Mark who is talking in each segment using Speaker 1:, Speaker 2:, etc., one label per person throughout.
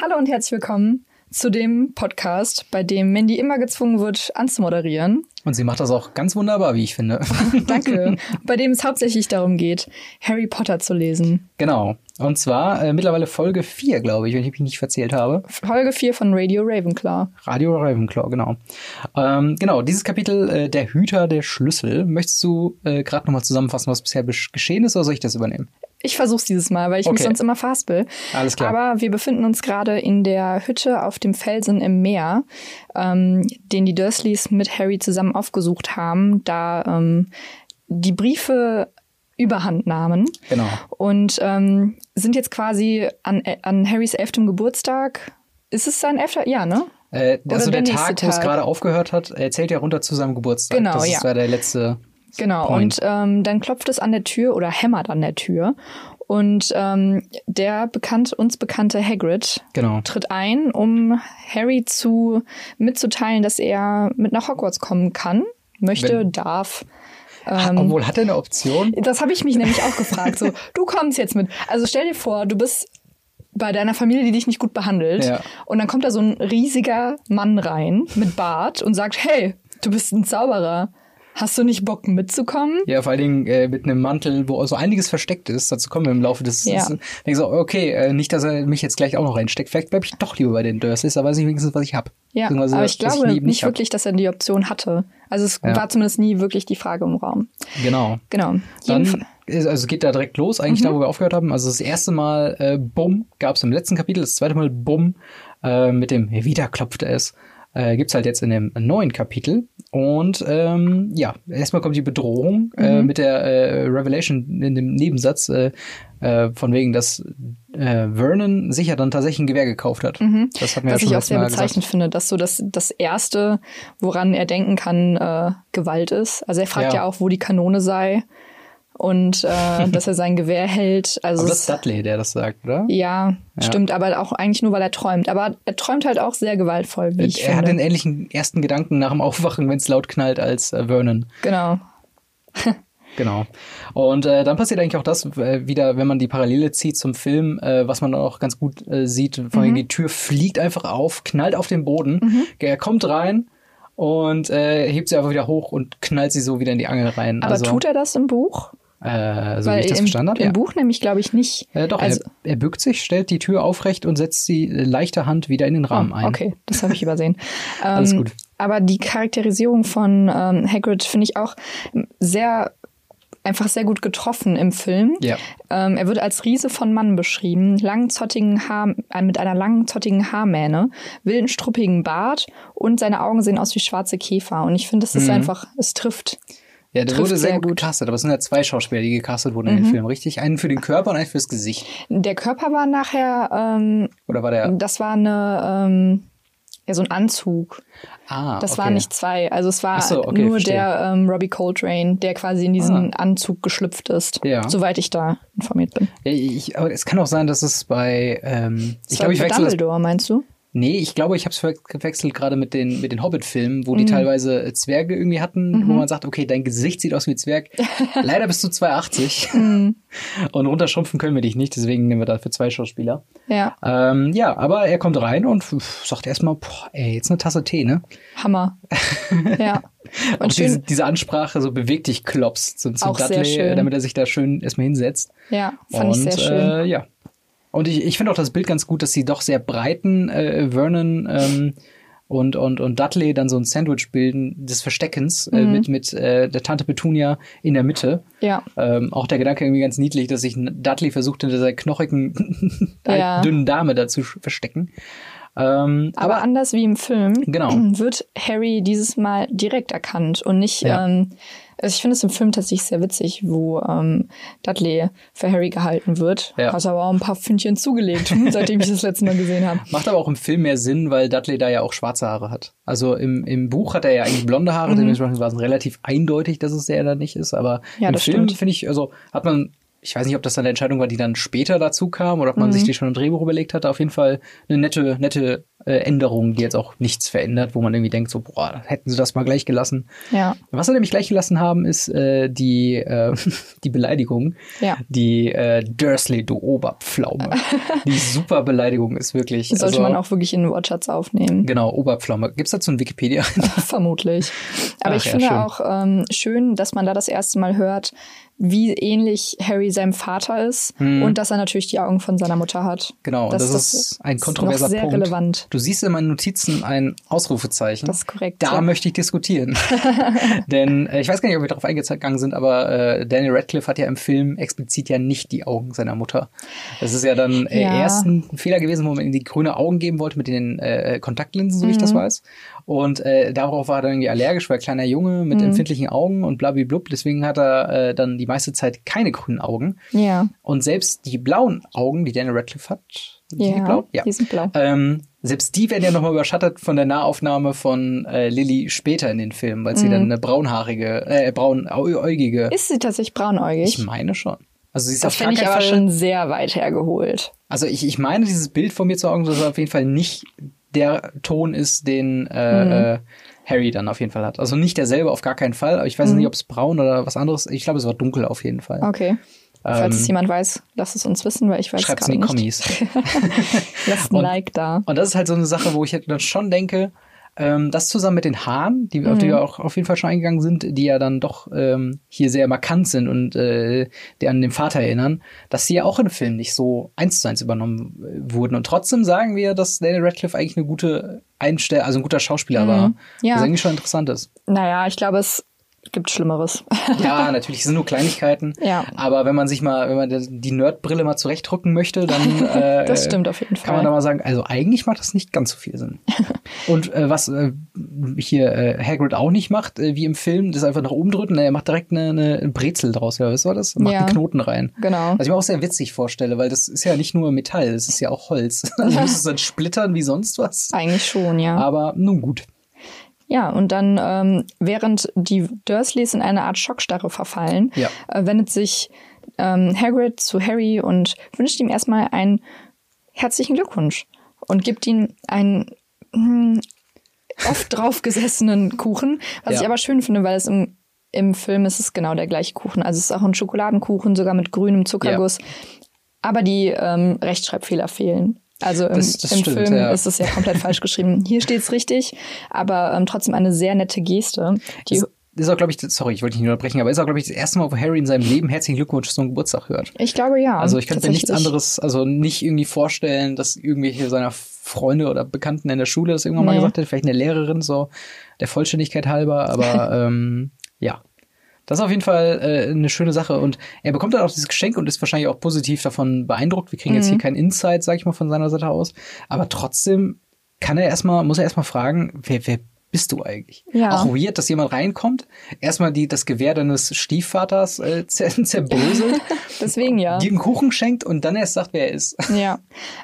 Speaker 1: Hallo und herzlich willkommen zu dem Podcast, bei dem Mandy immer gezwungen wird, anzumoderieren.
Speaker 2: Und sie macht das auch ganz wunderbar, wie ich finde.
Speaker 1: Danke. bei dem es hauptsächlich darum geht, Harry Potter zu lesen.
Speaker 2: Genau. Und zwar äh, mittlerweile Folge 4, glaube ich, wenn ich mich nicht verzählt habe.
Speaker 1: Folge 4 von Radio Ravenclaw.
Speaker 2: Radio Ravenclaw, genau. Ähm, genau, dieses Kapitel, äh, der Hüter der Schlüssel. Möchtest du äh, gerade nochmal zusammenfassen, was bisher besch- geschehen ist, oder soll ich das übernehmen?
Speaker 1: Ich versuch's dieses Mal, weil ich mich
Speaker 2: Okay.
Speaker 1: sonst immer verhaspel.
Speaker 2: Alles klar.
Speaker 1: Aber wir befinden uns gerade in der Hütte auf dem Felsen im Meer, ähm, den die Dursleys mit Harry zusammen aufgesucht haben, da ähm, die Briefe überhand nahmen.
Speaker 2: Genau.
Speaker 1: Und ähm, sind jetzt quasi an, an Harrys elftem Geburtstag. Ist es sein elfter? Ja, ne?
Speaker 2: Äh,
Speaker 1: Oder
Speaker 2: also
Speaker 1: der
Speaker 2: der,
Speaker 1: nächste
Speaker 2: Tag, wo es
Speaker 1: Tag.
Speaker 2: gerade aufgehört hat, er zählt ja runter zu seinem Geburtstag.
Speaker 1: Genau,
Speaker 2: das
Speaker 1: ja.
Speaker 2: war der letzte.
Speaker 1: Genau,
Speaker 2: Point.
Speaker 1: und ähm, dann klopft es an der Tür oder hämmert an der Tür. Und ähm, der bekannt, uns bekannte Hagrid
Speaker 2: Genau.
Speaker 1: tritt ein, um Harry zu mitzuteilen, dass er mit nach Hogwarts kommen kann, möchte,
Speaker 2: Wenn-
Speaker 1: darf.
Speaker 2: Ah,
Speaker 1: Ähm,
Speaker 2: Obwohl, hat er eine Option?
Speaker 1: Das habe ich mich nämlich auch gefragt. So, du kommst jetzt mit. Also stell dir vor, du bist bei deiner Familie, die dich nicht gut behandelt.
Speaker 2: Ja.
Speaker 1: Und dann kommt da so ein riesiger Mann rein mit Bart und sagt, hey, du bist ein Zauberer. Hast du nicht Bock mitzukommen?
Speaker 2: Ja, vor allen Dingen äh, mit einem Mantel, wo so einiges versteckt ist. Dazu kommen wir im Laufe des.
Speaker 1: Ja.
Speaker 2: des denke ich so, okay, äh, nicht, dass er mich jetzt gleich auch noch reinsteckt. Vielleicht bleibe ich doch lieber bei den Dursleys, da weiß ich wenigstens, was ich hab.
Speaker 1: Ja,
Speaker 2: Beziehungsweise,
Speaker 1: aber ich
Speaker 2: was
Speaker 1: glaube
Speaker 2: nie-
Speaker 1: nicht
Speaker 2: hab.
Speaker 1: wirklich, dass er die Option hatte. Also es
Speaker 2: Ja.
Speaker 1: war zumindest nie wirklich die Frage im Raum.
Speaker 2: Genau.
Speaker 1: Genau. Jedenf-
Speaker 2: Dann ist, also geht da direkt los, eigentlich
Speaker 1: Mhm.
Speaker 2: da, wo wir aufgehört haben. Also das erste Mal äh, Bumm gab es im letzten Kapitel, das zweite Mal Bumm äh, mit dem wieder klopfte es. Äh, gibt's halt jetzt in dem neuen Kapitel. Und ähm, ja, erstmal kommt die Bedrohung äh,
Speaker 1: Mhm.
Speaker 2: mit der äh, Revelation in dem Nebensatz, äh, äh, von wegen, dass äh, Vernon sich ja dann tatsächlich ein Gewehr gekauft hat. Das hat mir ja
Speaker 1: Was Mhm. ich
Speaker 2: schon
Speaker 1: auch
Speaker 2: letztes
Speaker 1: sehr
Speaker 2: Mal
Speaker 1: bezeichnend
Speaker 2: gesagt.
Speaker 1: finde, dass so das, das Erste, woran er denken kann, äh, Gewalt ist. Also er fragt ja.
Speaker 2: Ja.
Speaker 1: auch, wo die Kanone sei und äh, dass er sein Gewehr hält. Also
Speaker 2: Aber das
Speaker 1: es,
Speaker 2: ist Dudley, der das sagt, oder?
Speaker 1: ja,
Speaker 2: Ja.
Speaker 1: stimmt, aber auch eigentlich nur, weil er träumt. Aber er träumt halt auch sehr gewaltvoll, wie ich
Speaker 2: er hat
Speaker 1: finde.
Speaker 2: den ähnlichen ersten Gedanken nach dem Aufwachen, wenn es laut knallt, als äh, Vernon.
Speaker 1: genau.
Speaker 2: Genau. Und äh, dann passiert eigentlich auch das äh, wieder, wenn man die Parallele zieht zum Film, äh, was man dann auch ganz gut äh, sieht. Vor
Speaker 1: Mhm.
Speaker 2: allem die Tür fliegt einfach auf, knallt auf den Boden. Er kommt rein und äh, hebt sie einfach wieder hoch und knallt sie so wieder in die Angel rein.
Speaker 1: Aber
Speaker 2: also,
Speaker 1: tut er das im Buch?
Speaker 2: äh, so wie ich das
Speaker 1: im,
Speaker 2: verstanden habe.
Speaker 1: im
Speaker 2: Ja.
Speaker 1: Buch nämlich, glaube ich, nicht.
Speaker 2: Äh, doch,
Speaker 1: also,
Speaker 2: er, er bückt sich, stellt die Tür aufrecht und setzt die äh, leichte Hand wieder in den Rahmen ein.
Speaker 1: Ah, Oh, Okay, das habe ich übersehen. Ähm,
Speaker 2: Alles gut.
Speaker 1: Aber die Charakterisierung von ähm, Hagrid finde ich auch sehr, einfach sehr gut getroffen im Film.
Speaker 2: Ja.
Speaker 1: Ähm, er wird als Riese von Mann beschrieben, langen, zottigen Haar, äh, mit einer langen, zottigen Haarmähne, wilden, struppigen Bart und seine Augen sehen aus wie schwarze Käfer. Und ich finde, das ist
Speaker 2: Mhm.
Speaker 1: einfach, es trifft.
Speaker 2: Ja, der
Speaker 1: Trifft
Speaker 2: wurde sehr,
Speaker 1: sehr
Speaker 2: gut
Speaker 1: gut. Mhm.
Speaker 2: gecastet, aber es sind ja zwei Schauspieler, die gecastet wurden in dem Film, richtig? Einen für den Körper und einen fürs Gesicht.
Speaker 1: Der Körper war nachher, ähm,
Speaker 2: Oder war der.
Speaker 1: das war eine, ähm, ja, so ein Anzug.
Speaker 2: Ah,
Speaker 1: Das
Speaker 2: okay.
Speaker 1: waren nicht zwei. Also es war
Speaker 2: Ach so, okay,
Speaker 1: nur
Speaker 2: verstehe. Ah.
Speaker 1: der ähm, Robbie Coltrane, der quasi in diesen Anzug geschlüpft ist.
Speaker 2: Ja.
Speaker 1: Soweit ich da informiert bin.
Speaker 2: Ja, Ich, aber es kann auch sein, dass es bei. Ähm,
Speaker 1: Das
Speaker 2: ich glaube, ich
Speaker 1: war
Speaker 2: wechsle das.
Speaker 1: Dumbledore, meinst du?
Speaker 2: Nee, ich glaube, ich habe es verwechselt gerade mit den, mit den Hobbit-Filmen,
Speaker 1: Mhm.
Speaker 2: wo die teilweise Zwerge irgendwie hatten, wo man sagt, okay, dein Gesicht sieht aus wie ein Zwerg. Leider bist du
Speaker 1: Mhm.
Speaker 2: 2,80. und runterschrumpfen können wir dich nicht, deswegen nehmen wir dafür zwei Schauspieler.
Speaker 1: Ja,
Speaker 2: Ähm, ja, aber er kommt rein und pff, sagt erstmal, boah, ey, jetzt eine Tasse Tee, ne?
Speaker 1: Hammer. ja.
Speaker 2: Und
Speaker 1: Und
Speaker 2: diese,
Speaker 1: schön.
Speaker 2: diese Ansprache, so beweg dich, klops zum, zum
Speaker 1: Auch sehr
Speaker 2: Dudley,
Speaker 1: schön.
Speaker 2: äh, damit er sich da schön erstmal hinsetzt.
Speaker 1: Ja, fand ich
Speaker 2: Und,
Speaker 1: sehr schön.
Speaker 2: Äh, ja. Und ich, ich finde auch das Bild ganz gut, dass sie doch sehr breiten äh, Vernon ähm, und, und, und Dudley dann so ein Sandwich bilden des Versteckens äh, mit, mit äh, der Tante Petunia in der Mitte.
Speaker 1: Mhm. Ja.
Speaker 2: Ähm, auch der Gedanke irgendwie ganz niedlich, dass sich Dudley versucht, hinter seiner knochigen,
Speaker 1: Ja.
Speaker 2: dünnen Dame dazu sch- verstecken. Ähm,
Speaker 1: aber, anders wie im Film
Speaker 2: Genau.
Speaker 1: wird Harry dieses Mal direkt erkannt und nicht.
Speaker 2: Ja.
Speaker 1: Ähm, also ich finde es im Film tatsächlich sehr witzig, wo ähm, Dudley für Harry gehalten wird.
Speaker 2: Ja.
Speaker 1: Hat aber auch ein paar Pfündchen zugelegt, hm, seitdem ich das letzte Mal gesehen habe.
Speaker 2: Macht aber auch im Film mehr Sinn, weil Dudley da ja auch schwarze Haare hat. Also im, im Buch hat er ja eigentlich blonde Haare,
Speaker 1: Mhm.
Speaker 2: dementsprechend war es relativ eindeutig, dass es der da nicht ist. Aber
Speaker 1: Ja,
Speaker 2: im
Speaker 1: das
Speaker 2: Film
Speaker 1: stimmt.
Speaker 2: finde ich, also hat man ich weiß nicht, ob das dann eine Entscheidung war, die dann später dazu kam oder ob man mhm. sich die schon im Drehbuch überlegt hatte. Auf jeden Fall eine nette, nette äh, Änderung, die jetzt auch nichts verändert, wo man irgendwie denkt, so, boah, hätten sie das mal gleich gelassen.
Speaker 1: Ja.
Speaker 2: Was sie nämlich gleich gelassen haben, ist äh, die, äh, die Beleidigung.
Speaker 1: Ja.
Speaker 2: Die äh, Dursley, du Oberpflaume. die super Beleidigung ist wirklich.
Speaker 1: Sollte also, man auch wirklich in den Wortschatz aufnehmen.
Speaker 2: Genau, Oberpflaume. Gibt's dazu ein Wikipedia?
Speaker 1: Vermutlich. Aber Ach, ich ja, finde schön. auch ähm, schön, dass man da das erste Mal hört, wie ähnlich Harry seinem Vater ist hm. und dass er natürlich die Augen von seiner Mutter hat.
Speaker 2: Mhm. Genau, das, das ist ein kontroverser ist
Speaker 1: sehr
Speaker 2: Punkt.
Speaker 1: relevant.
Speaker 2: Du siehst in meinen Notizen ein Ausrufezeichen.
Speaker 1: Das ist korrekt.
Speaker 2: Da
Speaker 1: ja.
Speaker 2: möchte ich diskutieren. Denn äh, ich weiß gar nicht, ob wir darauf eingegangen sind, aber äh, Daniel Radcliffe hat ja im Film explizit ja nicht die Augen seiner Mutter. Das ist ja dann äh, ja. erst ein Fehler gewesen, wo man ihm die grüne Augen geben wollte mit den äh, Kontaktlinsen, so mhm. ich das weiß. Und äh, darauf war er dann irgendwie allergisch, weil kleiner Junge mit mhm. empfindlichen Augen und blablablub. Deswegen hat er äh, dann die meiste Zeit keine grünen Augen.
Speaker 1: Ja.
Speaker 2: Und selbst die blauen Augen, die Daniel Radcliffe hat,
Speaker 1: ja, sind die blau?
Speaker 2: Ja,
Speaker 1: die sind blau.
Speaker 2: Ähm, selbst die werden ja nochmal überschattet von der Nahaufnahme von äh, Lilly später in den Filmen, weil sie mhm. dann eine braunhaarige, äh, braunäugige.
Speaker 1: Ist sie tatsächlich braunäugig?
Speaker 2: Ich meine schon. Also sie ist
Speaker 1: das finde ich aber schon sehr weit hergeholt.
Speaker 2: Also ich, ich meine, dieses Bild von mir zu Augen, dass er auf jeden Fall nicht der Ton ist, den äh, mhm. Harry dann auf jeden Fall hat. Also nicht derselbe, auf gar keinen Fall. Aber ich weiß mhm. nicht, ob es braun oder was anderes. Ich glaube, es war dunkel auf jeden Fall.
Speaker 1: Okay. Falls ähm, es jemand weiß, lasst es uns wissen, weil ich Oh, weiß es gerade nicht.
Speaker 2: Schreibt in die
Speaker 1: Kommis. lasst ein
Speaker 2: und,
Speaker 1: Like da.
Speaker 2: Und das ist halt so eine Sache, wo ich dann schon denke, ähm, das zusammen mit den Haaren, die, mhm. auf die wir auch auf jeden Fall schon eingegangen sind, die ja dann doch ähm, hier sehr markant sind und äh, die an den Vater erinnern, dass sie ja auch im Film nicht so eins zu eins übernommen äh, wurden. Und trotzdem sagen wir, dass Daniel Radcliffe eigentlich eine gute Einstell also ein guter Schauspieler mhm. war.
Speaker 1: Ja.
Speaker 2: Was eigentlich schon interessant ist.
Speaker 1: Naja, ich glaube, es gibt Schlimmeres.
Speaker 2: ja, natürlich, es sind nur Kleinigkeiten.
Speaker 1: Ja.
Speaker 2: Aber wenn man sich mal, wenn man die Nerdbrille mal zurechtrücken möchte, dann äh,
Speaker 1: das stimmt auf jeden
Speaker 2: kann
Speaker 1: Fall.
Speaker 2: kann man da mal sagen, also eigentlich macht das nicht ganz so viel Sinn. Und äh, was äh, hier äh, Hagrid auch nicht macht, äh, wie im Film, das einfach nach oben drücken, er macht direkt eine, eine Brezel draus, ja, was war das? Er macht
Speaker 1: ja.
Speaker 2: einen Knoten rein.
Speaker 1: Genau.
Speaker 2: Was ich mir auch sehr witzig vorstelle, weil das ist ja nicht nur Metall, das ist ja auch Holz. also muss es dann splittern wie sonst was.
Speaker 1: Eigentlich schon, Ah, ja.
Speaker 2: Aber nun gut.
Speaker 1: Ja, und dann, ähm, während die Dursleys in eine Art Schockstarre verfallen,
Speaker 2: ja.
Speaker 1: äh, wendet sich ähm, Hagrid zu Harry und wünscht ihm erstmal einen herzlichen Glückwunsch und gibt ihm einen mh, oft draufgesessenen Kuchen, was
Speaker 2: Ja.
Speaker 1: ich aber schön finde, weil es im, im Film ist es genau der gleiche Kuchen. Also es ist auch ein Schokoladenkuchen, sogar mit grünem Zuckerguss. Aber die ähm, Rechtschreibfehler fehlen. Also im,
Speaker 2: Das- das
Speaker 1: im
Speaker 2: stimmt,
Speaker 1: Film
Speaker 2: ja.
Speaker 1: ist es ja komplett falsch geschrieben. Hier steht es richtig, aber ähm, trotzdem eine sehr nette Geste. Die,
Speaker 2: Ist, Also, ist auch, glaube ich, das- sorry, ich wollte dich nicht unterbrechen, aber ist auch, glaube ich, das erste Mal, wo Harry in seinem Leben herzlichen Glückwunsch zum Geburtstag hört.
Speaker 1: ich glaube ja.
Speaker 2: Also ich könnte mir nichts
Speaker 1: tatsächlich.
Speaker 2: anderes, also nicht irgendwie vorstellen, dass irgendwelche seiner Freunde oder Bekannten in der Schule das irgendwann mal
Speaker 1: Nee.
Speaker 2: gesagt hat, vielleicht eine Lehrerin, so der Vollständigkeit halber, aber ähm, ja. Das ist auf jeden Fall äh, eine schöne Sache und er bekommt dann auch dieses Geschenk und ist wahrscheinlich auch positiv davon beeindruckt. Wir kriegen jetzt
Speaker 1: Mhm.
Speaker 2: hier keinen Insight, sag ich mal, von seiner Seite aus, aber trotzdem kann er erstmal, muss er erstmal fragen, wer, wer bist du eigentlich?
Speaker 1: Ja.
Speaker 2: Auch weird, dass jemand reinkommt, erstmal die, das Gewehr deines Stiefvaters äh, zer zerbröselt
Speaker 1: Deswegen ja.
Speaker 2: dir einen Kuchen schenkt und dann erst sagt, wer er ist.
Speaker 1: Ja,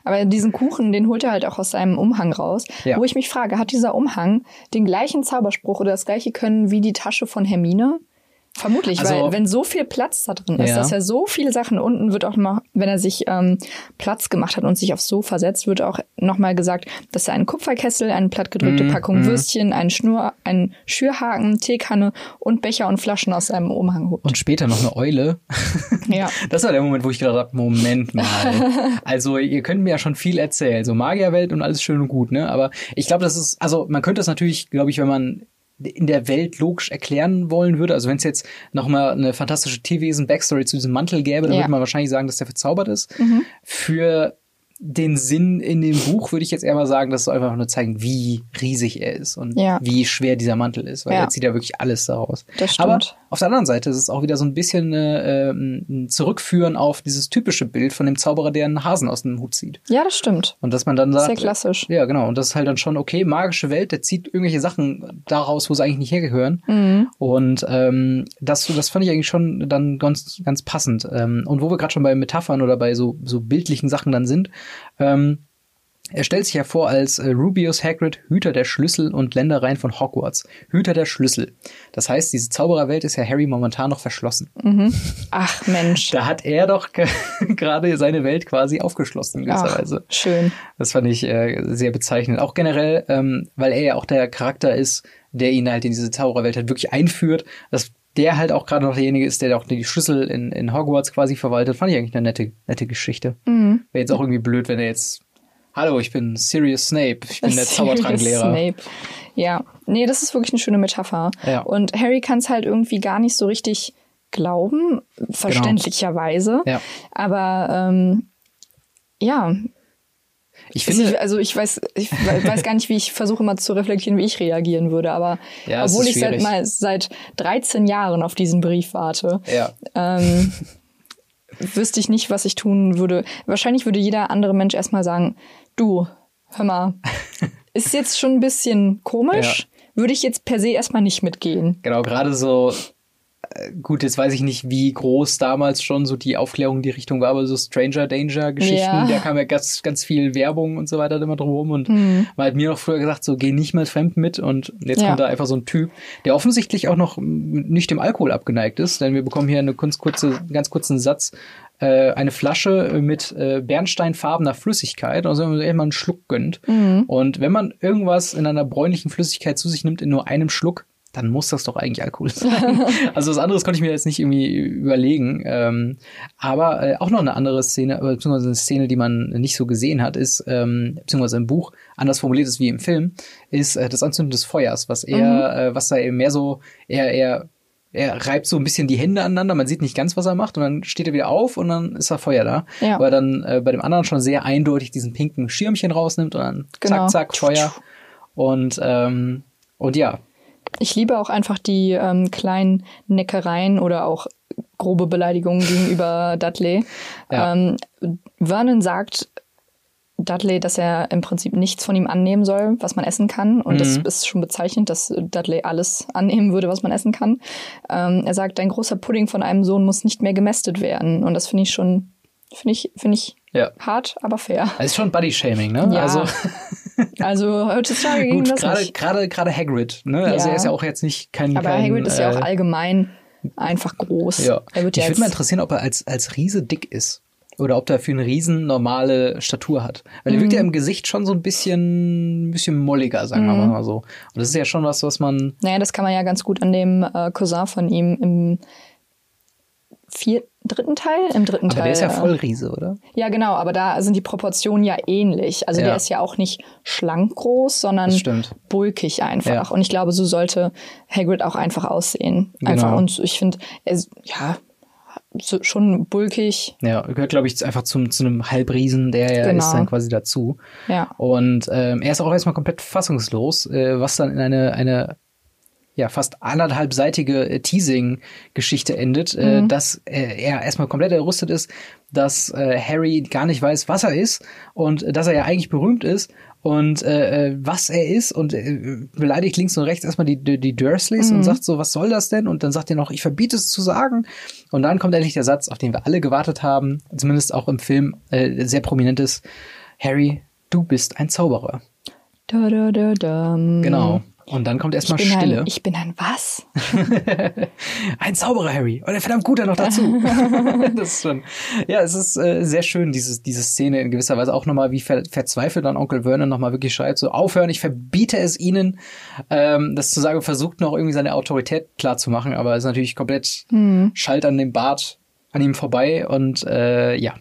Speaker 1: aber diesen Kuchen, den holt er halt auch aus seinem Umhang raus.
Speaker 2: Ja.
Speaker 1: Wo ich mich frage, hat dieser Umhang den gleichen Zauberspruch oder das gleiche Können wie die Tasche von Hermine? Vermutlich,
Speaker 2: Also-
Speaker 1: weil wenn so viel Platz da drin ist,
Speaker 2: Ja.
Speaker 1: dass er so viele Sachen unten wird auch mal, wenn er sich ähm, Platz gemacht hat und sich aufs Sofa setzt, wird auch nochmal gesagt, dass er einen Kupferkessel, eine plattgedrückte
Speaker 2: Mhm,
Speaker 1: Packung
Speaker 2: mhm.
Speaker 1: Würstchen, einen Schnur, einen Schürhaken, Teekanne und Becher und Flaschen aus seinem Umhang holt.
Speaker 2: Und später noch eine Eule.
Speaker 1: Ja.
Speaker 2: Das war der Moment, wo ich gedacht habe, Moment mal. Also ihr könnt mir ja schon viel erzählen. So Magierwelt und alles schön und gut, ne? Aber ich glaube, das ist, also man könnte das natürlich, glaube ich, wenn man in der Welt logisch erklären wollen würde. Also wenn es jetzt nochmal eine fantastische Tierwesen-Backstory zu diesem Mantel gäbe, dann
Speaker 1: Ja. Mhm.
Speaker 2: würde man wahrscheinlich sagen, dass der verzaubert ist. Für den Sinn in dem Buch würde ich jetzt eher mal sagen, dass es einfach nur zeigen, wie riesig er ist und
Speaker 1: Ja.
Speaker 2: wie schwer dieser Mantel ist, weil
Speaker 1: Ja.
Speaker 2: er zieht ja wirklich alles daraus.
Speaker 1: Das
Speaker 2: Aber
Speaker 1: stimmt.
Speaker 2: auf der anderen Seite ist es auch wieder so ein bisschen äh, ähm, ein Zurückführen auf dieses typische Bild von dem Zauberer, der einen Hasen aus dem Hut zieht.
Speaker 1: Ja, das stimmt.
Speaker 2: Und dass man dann sagt,
Speaker 1: Sehr klassisch.
Speaker 2: ja genau, und das ist halt dann schon, okay, magische Welt, der zieht irgendwelche Sachen daraus, wo sie eigentlich nicht hergehören.
Speaker 1: Mhm.
Speaker 2: Und ähm, das, das fand ich eigentlich schon dann ganz, ganz passend. Ähm, und wo wir gerade schon bei Metaphern oder bei so, so bildlichen Sachen dann sind, ähm, Er stellt sich hervor als äh, Rubius Hagrid, Hüter der Schlüssel und Ländereien von Hogwarts. Hüter der Schlüssel. Das heißt, diese Zaubererwelt ist ja Harry momentan noch verschlossen.
Speaker 1: Ach Mensch.
Speaker 2: Da hat er doch ge- gerade seine Welt quasi aufgeschlossen in gewisser
Speaker 1: Ach,
Speaker 2: Weise.
Speaker 1: schön.
Speaker 2: Das fand ich äh, sehr bezeichnend. Auch generell, ähm, weil er ja auch der Charakter ist, der ihn halt in diese Zaubererwelt halt wirklich einführt, dass der halt auch gerade noch derjenige ist, der auch die Schlüssel in, in Hogwarts quasi verwaltet, fand ich eigentlich eine nette, nette Geschichte.
Speaker 1: Mhm.
Speaker 2: Wäre jetzt auch irgendwie blöd, wenn er jetzt, hallo, ich bin Sirius Snape, ich bin der
Speaker 1: Sirius
Speaker 2: Zaubertranklehrer.
Speaker 1: Snape. Ja, nee, das ist wirklich eine schöne Metapher.
Speaker 2: Ja.
Speaker 1: Und Harry kann es halt irgendwie gar nicht so richtig glauben, verständlicherweise.
Speaker 2: Genau. Ja.
Speaker 1: Aber ähm, ja,
Speaker 2: Ich
Speaker 1: ich,
Speaker 2: finde,
Speaker 1: also ich weiß, ich we- weiß gar nicht, wie ich versuche mal zu reflektieren, wie ich reagieren würde. Aber
Speaker 2: Ja, es
Speaker 1: obwohl
Speaker 2: ist
Speaker 1: ich seit,
Speaker 2: schwierig.
Speaker 1: mal, seit 13 Jahren auf diesen Brief warte,
Speaker 2: ja,
Speaker 1: ähm, wüsste ich nicht, was ich tun würde. Wahrscheinlich würde jeder andere Mensch erstmal sagen, du, hör mal, ist jetzt schon ein bisschen komisch, würde ich jetzt per se erstmal nicht mitgehen.
Speaker 2: genau, gerade so, äh, gut, jetzt weiß ich nicht, wie groß damals schon so die Aufklärung in die Richtung war, aber so Stranger Danger Geschichten,
Speaker 1: Ja.
Speaker 2: da kam ja ganz, ganz viel Werbung und so weiter immer drum rum und
Speaker 1: Hm.
Speaker 2: Man hat mir noch früher gesagt, so geh nicht mal fremd mit und jetzt
Speaker 1: Ja.
Speaker 2: kommt da einfach so ein Typ, der offensichtlich auch noch m, nicht dem Alkohol abgeneigt ist, denn wir bekommen hier eine ganz kurze, einen ganz kurzen Satz, äh, eine Flasche mit äh, bernsteinfarbener Flüssigkeit, also wenn man sich mal einen Schluck gönnt.
Speaker 1: Mhm.
Speaker 2: Und wenn man irgendwas in einer bräunlichen Flüssigkeit zu sich nimmt in nur einem Schluck, dann muss das doch eigentlich Alkohol sein. also was anderes konnte ich mir jetzt nicht irgendwie überlegen. Ähm, aber äh, auch noch eine andere Szene, äh, beziehungsweise eine Szene, die man nicht so gesehen hat, ist, ähm, beziehungsweise im Buch, anders formuliert ist wie im Film, ist äh, das Anzünden des Feuers, was eher,
Speaker 1: Mhm.
Speaker 2: äh, was da eben mehr so, eher, eher, er reibt so ein bisschen die Hände aneinander, man sieht nicht ganz, was er macht, und dann steht er wieder auf und dann ist da Feuer da.
Speaker 1: Ja.
Speaker 2: Weil er dann äh, bei dem anderen schon sehr eindeutig diesen pinken Schirmchen rausnimmt und dann
Speaker 1: Genau.
Speaker 2: zack, zack, Feuer. Und, ähm, und ja,
Speaker 1: Ich liebe auch einfach die ähm, kleinen Neckereien oder auch grobe Beleidigungen gegenüber Dudley.
Speaker 2: Ja.
Speaker 1: Ähm, Vernon sagt Dudley, dass er im Prinzip nichts von ihm annehmen soll, was man essen kann. Und das
Speaker 2: Mhm.
Speaker 1: ist schon bezeichnend, dass Dudley alles annehmen würde, was man essen kann. Ähm, er sagt, dein großer Pudding von einem Sohn muss nicht mehr gemästet werden. Und das finde ich schon, finde ich, finde ich
Speaker 2: Ja.
Speaker 1: hart, aber fair.
Speaker 2: das ist schon Body-Shaming, ne?
Speaker 1: Ja.
Speaker 2: Also,
Speaker 1: Also heutzutage ging
Speaker 2: gut,
Speaker 1: das
Speaker 2: gerade,
Speaker 1: nicht.
Speaker 2: gerade, gerade Hagrid, ne? Also
Speaker 1: Ja.
Speaker 2: er ist ja auch jetzt nicht kein,
Speaker 1: Aber
Speaker 2: kein
Speaker 1: Hagrid ist ja
Speaker 2: äh,
Speaker 1: auch allgemein einfach groß.
Speaker 2: Ja.
Speaker 1: Er wird
Speaker 2: ich
Speaker 1: ja
Speaker 2: würde mal
Speaker 1: als
Speaker 2: interessieren, ob er als, als Riese dick ist. Oder ob der für einen Riesen normale Statur hat. Weil
Speaker 1: Mhm.
Speaker 2: er wirkt ja im Gesicht schon so ein bisschen, ein bisschen molliger, sagen wir
Speaker 1: Mhm.
Speaker 2: mal so. Und das ist ja schon was, was man.
Speaker 1: Naja, das kann man ja ganz gut an dem äh, Cousin von ihm im vier, dritten Teil? Im dritten
Speaker 2: Aber
Speaker 1: Teil.
Speaker 2: der ist ja
Speaker 1: äh,
Speaker 2: voll Riese, oder?
Speaker 1: Ja, genau, aber da sind die Proportionen ja ähnlich. Also
Speaker 2: Ja.
Speaker 1: der ist ja auch nicht schlank groß, sondern
Speaker 2: Das stimmt.
Speaker 1: bulkig einfach.
Speaker 2: Ja.
Speaker 1: Und ich glaube, so sollte Hagrid auch einfach aussehen.
Speaker 2: Genau.
Speaker 1: Einfach. Und ich finde, er ist- ja, so, schon bulkig.
Speaker 2: Ja, gehört, glaube ich, einfach zum, zu einem Halbriesen, der ja
Speaker 1: Genau.
Speaker 2: ist dann quasi dazu.
Speaker 1: Ja.
Speaker 2: Und ähm, er ist auch erstmal komplett fassungslos, äh, was dann in eine, eine ja, fast anderthalbseitige äh, Teasing-Geschichte endet,
Speaker 1: Mhm.
Speaker 2: äh, dass äh, er erstmal komplett errüstet ist, dass äh, Harry gar nicht weiß, was er ist und äh, dass er ja eigentlich berühmt ist und äh, äh, was er ist und äh, beleidigt links und rechts erstmal die, die, die Dursleys
Speaker 1: Mhm.
Speaker 2: und sagt so, was soll das denn? Und dann sagt er noch, ich verbiete es zu sagen. Und dann kommt endlich der Satz, auf den wir alle gewartet haben, zumindest auch im Film äh, sehr prominent ist, Harry, du bist ein Zauberer.
Speaker 1: Da, da, da, da.
Speaker 2: Genau. Und dann kommt
Speaker 1: Mhm. Ich
Speaker 2: erstmal
Speaker 1: bin,
Speaker 2: Stille.
Speaker 1: ein, ich bin ein was?
Speaker 2: Ein Zauberer, Harry. Und ein verdammt guter noch dazu. das ist schon. Ja, es ist äh, sehr schön, dieses, diese Szene in gewisser Weise auch nochmal, wie ver verzweifelt dann Onkel Vernon nochmal wirklich schreibt, so aufhören, ich verbiete es ihnen. Ähm, das zu sagen, versucht noch irgendwie seine Autorität klar zu machen, aber ist natürlich komplett
Speaker 1: Hm.
Speaker 2: schalt an dem Bart an ihm vorbei und äh, ja.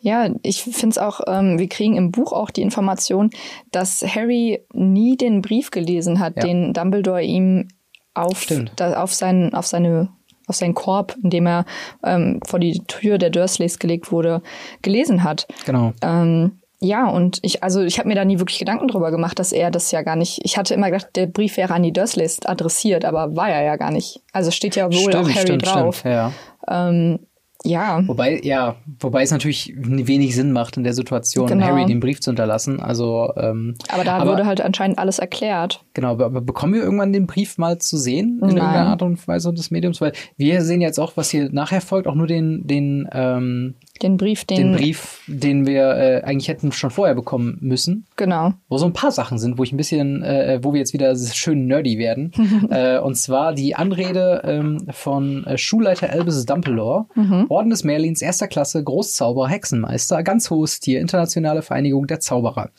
Speaker 1: Ja, ich finde es auch, ähm, wir kriegen im Buch auch die Information, dass Harry nie den Brief gelesen hat,
Speaker 2: Ja.
Speaker 1: den Dumbledore ihm auf,
Speaker 2: Stimmt.
Speaker 1: da, auf, seinen, auf, seine, auf seinen Korb, in dem er ähm, vor die Tür der Dursleys gelegt wurde, gelesen hat.
Speaker 2: Genau.
Speaker 1: Ähm, ja, und ich, also ich habe mir da nie wirklich Gedanken drüber gemacht, dass er das ja gar nicht. Ich hatte immer gedacht, der Brief wäre an die Dursleys adressiert, aber war er ja gar nicht. Also steht ja wohl auch Harry drauf.
Speaker 2: Ja.
Speaker 1: Ähm, ja.
Speaker 2: Wobei, ja, wobei es natürlich wenig Sinn macht, in der Situation
Speaker 1: Genau.
Speaker 2: Harry den Brief zu hinterlassen. Also, ähm,
Speaker 1: Aber da wurde halt anscheinend alles erklärt.
Speaker 2: Genau, aber- aber bekommen wir irgendwann den Brief mal zu sehen in
Speaker 1: Nein.
Speaker 2: irgendeiner Art und Weise des Mediums? Weil wir sehen jetzt auch, was hier nachher folgt, auch nur den, den ähm,
Speaker 1: Den Brief, den,
Speaker 2: den Brief, den wir äh, eigentlich hätten schon vorher bekommen müssen,
Speaker 1: Genau.
Speaker 2: wo so ein paar Sachen sind, wo ich ein bisschen, äh, wo wir jetzt wieder schön nerdy werden. äh, und zwar die Anrede ähm, von äh, Schulleiter Albus Dumbledore, Orden des Merlins, erster Klasse, Großzauberer, Hexenmeister, ganz hohes Tier, internationale Vereinigung der Zauberer.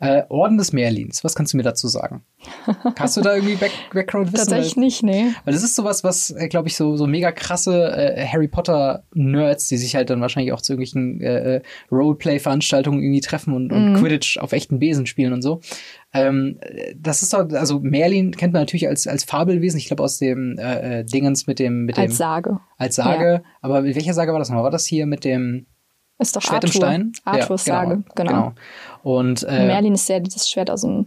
Speaker 2: Äh, Orden des Merlins, was kannst du mir dazu sagen? Hast du da irgendwie Back Background-Wissen? Weil-
Speaker 1: Tatsächlich nicht, nee.
Speaker 2: Weil das ist sowas, was, glaube ich, so, so mega krasse äh, Harry Potter-Nerds, die sich halt dann wahrscheinlich auch zu irgendwelchen äh, äh, Roleplay-Veranstaltungen irgendwie treffen und,
Speaker 1: Mhm.
Speaker 2: und Quidditch auf echten Besen spielen und so. Ähm, das ist doch, also Merlin kennt man natürlich als, als Fabelwesen, ich glaube aus dem äh, äh, Dingens mit dem, mit dem
Speaker 1: Als Sage.
Speaker 2: als Sage, aber mit welcher Sage war das nochmal? War das hier mit dem
Speaker 1: Ist doch
Speaker 2: Schwert
Speaker 1: Arthur.
Speaker 2: im Stein?
Speaker 1: Arthurs
Speaker 2: Ja,
Speaker 1: Sage, genau.
Speaker 2: Und äh,
Speaker 1: Merlin ist ja das Schwert aus dem.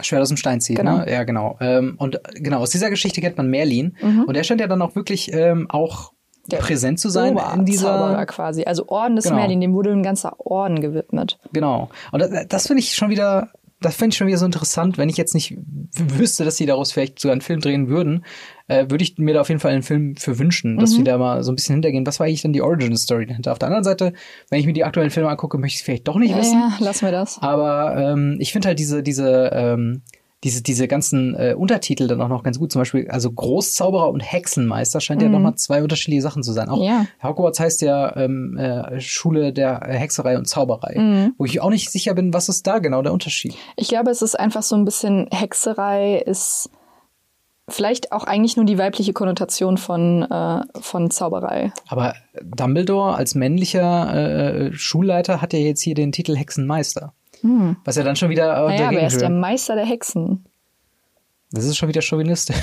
Speaker 2: Schwert aus dem Stein zieht,
Speaker 1: Genau.
Speaker 2: ne? Ja, genau. Ähm, und äh, genau, aus dieser Geschichte kennt man Merlin. Und der scheint ja dann auch wirklich ähm, auch
Speaker 1: Mhm. Der
Speaker 2: präsent zu sein in dieser.
Speaker 1: Oberzauberer quasi. Also Orden des
Speaker 2: Genau.
Speaker 1: Merlin, dem wurde ein ganzer Orden gewidmet.
Speaker 2: Genau. Und das, das finde ich schon wieder. Das finde ich schon wieder so interessant, wenn ich jetzt nicht w- wüsste, dass sie daraus vielleicht sogar einen Film drehen würden, äh, würde ich mir da auf jeden Fall einen Film für wünschen, dass sie
Speaker 1: Mhm.
Speaker 2: da mal so ein bisschen hintergehen. Was war eigentlich denn die Origin-Story dahinter? Auf der anderen Seite, wenn ich mir die aktuellen Filme angucke, möchte ich es vielleicht doch nicht
Speaker 1: Ja,
Speaker 2: wissen.
Speaker 1: ja, lass mir das.
Speaker 2: Aber ähm, ich finde halt diese, diese, ähm, diese, diese ganzen äh, Untertitel dann auch noch ganz gut. Zum Beispiel, also Großzauberer und Hexenmeister scheint ja nochmal zwei unterschiedliche Sachen zu sein. Auch
Speaker 1: Mhm. Ja.
Speaker 2: Hogwarts heißt ja ähm, äh, Schule der Hexerei und Zauberei.
Speaker 1: Mhm.
Speaker 2: Wo ich auch nicht sicher bin, was ist da genau der Unterschied.
Speaker 1: Ich glaube, es ist einfach so ein bisschen Hexerei, ist vielleicht auch eigentlich nur die weibliche Konnotation von, äh, von Zauberei.
Speaker 2: Aber Dumbledore als männlicher äh, Schulleiter hat ja jetzt hier den Titel Hexenmeister. Was ja dann schon wieder äh,
Speaker 1: Naja, Mhm. aber er
Speaker 2: dagegen
Speaker 1: ist der
Speaker 2: spricht.
Speaker 1: Meister der Hexen.
Speaker 2: Das ist schon wieder chauvinistisch.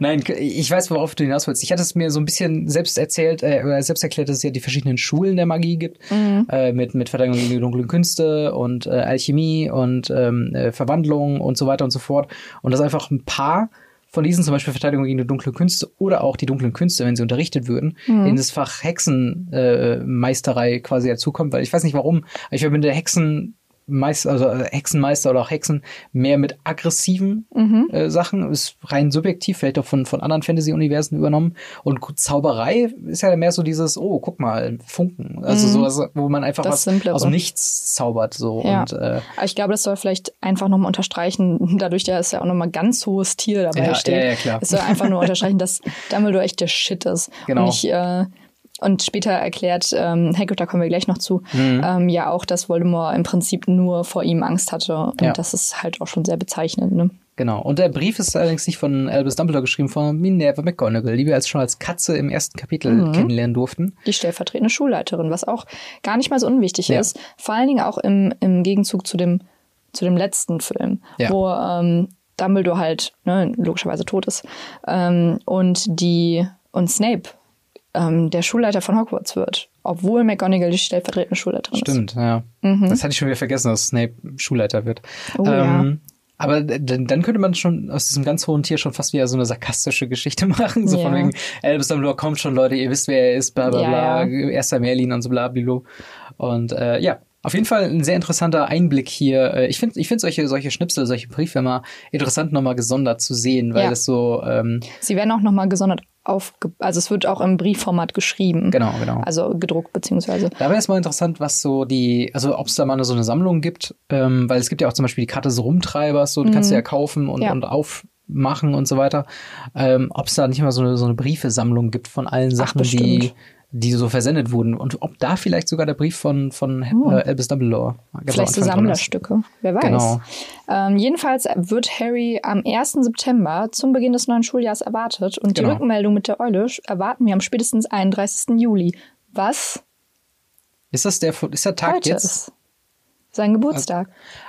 Speaker 2: Nein, ich weiß, worauf du hinaus willst. Ich hatte es mir so ein bisschen selbst erzählt, äh, oder selbst erklärt, dass es ja die verschiedenen Schulen der Magie gibt, äh, mit, mit Verdrängung gegen die dunklen Künste und äh, Alchemie und ähm, äh, Verwandlung und so weiter und so fort. Und dass einfach ein paar von diesen, zum Beispiel Verteidigung gegen die dunklen Künste oder auch die dunklen Künste, wenn sie unterrichtet würden, in das Fach Hexenmeisterei äh, Meisterei quasi dazukommt, weil ich weiß nicht warum, aber ich verbinde Hexen Meister, also äh, Hexenmeister oder auch Hexen mehr mit aggressiven
Speaker 1: Mhm.
Speaker 2: äh, Sachen, ist rein subjektiv, vielleicht auch von, von anderen Fantasy-Universen übernommen. Und Ku- Zauberei ist ja mehr so dieses, oh, guck mal, Funken. Also sowas, wo man einfach
Speaker 1: Mhm. Das
Speaker 2: was
Speaker 1: Simplere.
Speaker 2: aus dem Nichts zaubert. So.
Speaker 1: Ja.
Speaker 2: Und äh,
Speaker 1: Aber ich glaube, das soll vielleicht einfach nochmal unterstreichen, dadurch, dass ja auch nochmal ganz hohes Tier dabei
Speaker 2: Ja,
Speaker 1: steht.
Speaker 2: ja, ja, klar.
Speaker 1: Es soll einfach nur unterstreichen, dass Dumbledore echt der Shit ist.
Speaker 2: Genau.
Speaker 1: Und, ich, äh, und später erklärt ähm, Hagrid, da kommen wir gleich noch zu,
Speaker 2: Mhm.
Speaker 1: ähm, ja auch, dass Voldemort im Prinzip nur vor ihm Angst hatte. Und
Speaker 2: Ja.
Speaker 1: das ist halt auch schon sehr bezeichnend. Ne?
Speaker 2: genau. Und der Brief ist allerdings nicht von Albus Dumbledore geschrieben, von Minerva McGonagall, die wir als schon als Katze im ersten Kapitel
Speaker 1: Mhm.
Speaker 2: kennenlernen durften.
Speaker 1: die stellvertretende Schulleiterin, was auch gar nicht mal so unwichtig
Speaker 2: Ja.
Speaker 1: ist. Vor allen Dingen auch im, im Gegenzug zu dem, zu dem letzten Film,
Speaker 2: Ja.
Speaker 1: wo ähm, Dumbledore halt ne, logischerweise tot ist ähm, und die und Snape ähm, der Schulleiter von Hogwarts wird, obwohl McGonagall die stellvertretende Schulleiterin ist.
Speaker 2: Stimmt, ja. Das hatte ich schon wieder vergessen, dass Snape Schulleiter wird.
Speaker 1: Mhm. Oh,
Speaker 2: ähm, Aber d- dann dann könnte man schon aus diesem ganz hohen Tier schon fast wieder so eine sarkastische Geschichte machen. So von
Speaker 1: Ja.
Speaker 2: wegen, Albus Dumbledore, kommt schon, Leute, ihr wisst, wer er ist, bla bla
Speaker 1: Ja,
Speaker 2: bla,
Speaker 1: ja.
Speaker 2: erster Merlin und so bla blilo. Und äh, ja, auf jeden Fall ein sehr interessanter Einblick hier. Äh, Ich finde ich find solche, solche Schnipsel, solche Briefe immer interessant, nochmal gesondert zu sehen, weil
Speaker 1: Ja.
Speaker 2: das so, ähm,
Speaker 1: Sie werden auch nochmal gesondert aufge... Also es wird auch im Briefformat geschrieben.
Speaker 2: genau, genau.
Speaker 1: Also gedruckt beziehungsweise.
Speaker 2: Da wäre es mal interessant, was so die, also ob es da mal so eine Sammlung gibt, ähm, weil es gibt ja auch zum Beispiel die Karte des Rumtreibers, so die kannst du ja kaufen und,
Speaker 1: Mhm. Ja.
Speaker 2: und aufmachen und so weiter. Ähm, ob es da nicht mal so eine, so eine Briefesammlung gibt von allen Sachen, die,
Speaker 1: bestimmt.
Speaker 2: die so versendet wurden. Und ob da vielleicht sogar der Brief von, von äh, Albus Dumbledore ganz am
Speaker 1: Oh. Vielleicht so
Speaker 2: Anfang drin ist.
Speaker 1: Sammlerstücke, wer weiß.
Speaker 2: Genau.
Speaker 1: Ähm, jedenfalls wird Harry am 1. September zum Beginn des neuen Schuljahres erwartet und die
Speaker 2: Genau.
Speaker 1: Rückmeldung mit der Eule sch- erwarten wir am spätestens 31. Juli. Was
Speaker 2: Ist das der, ist der Tag
Speaker 1: heute
Speaker 2: jetzt?
Speaker 1: ist. Sein Geburtstag.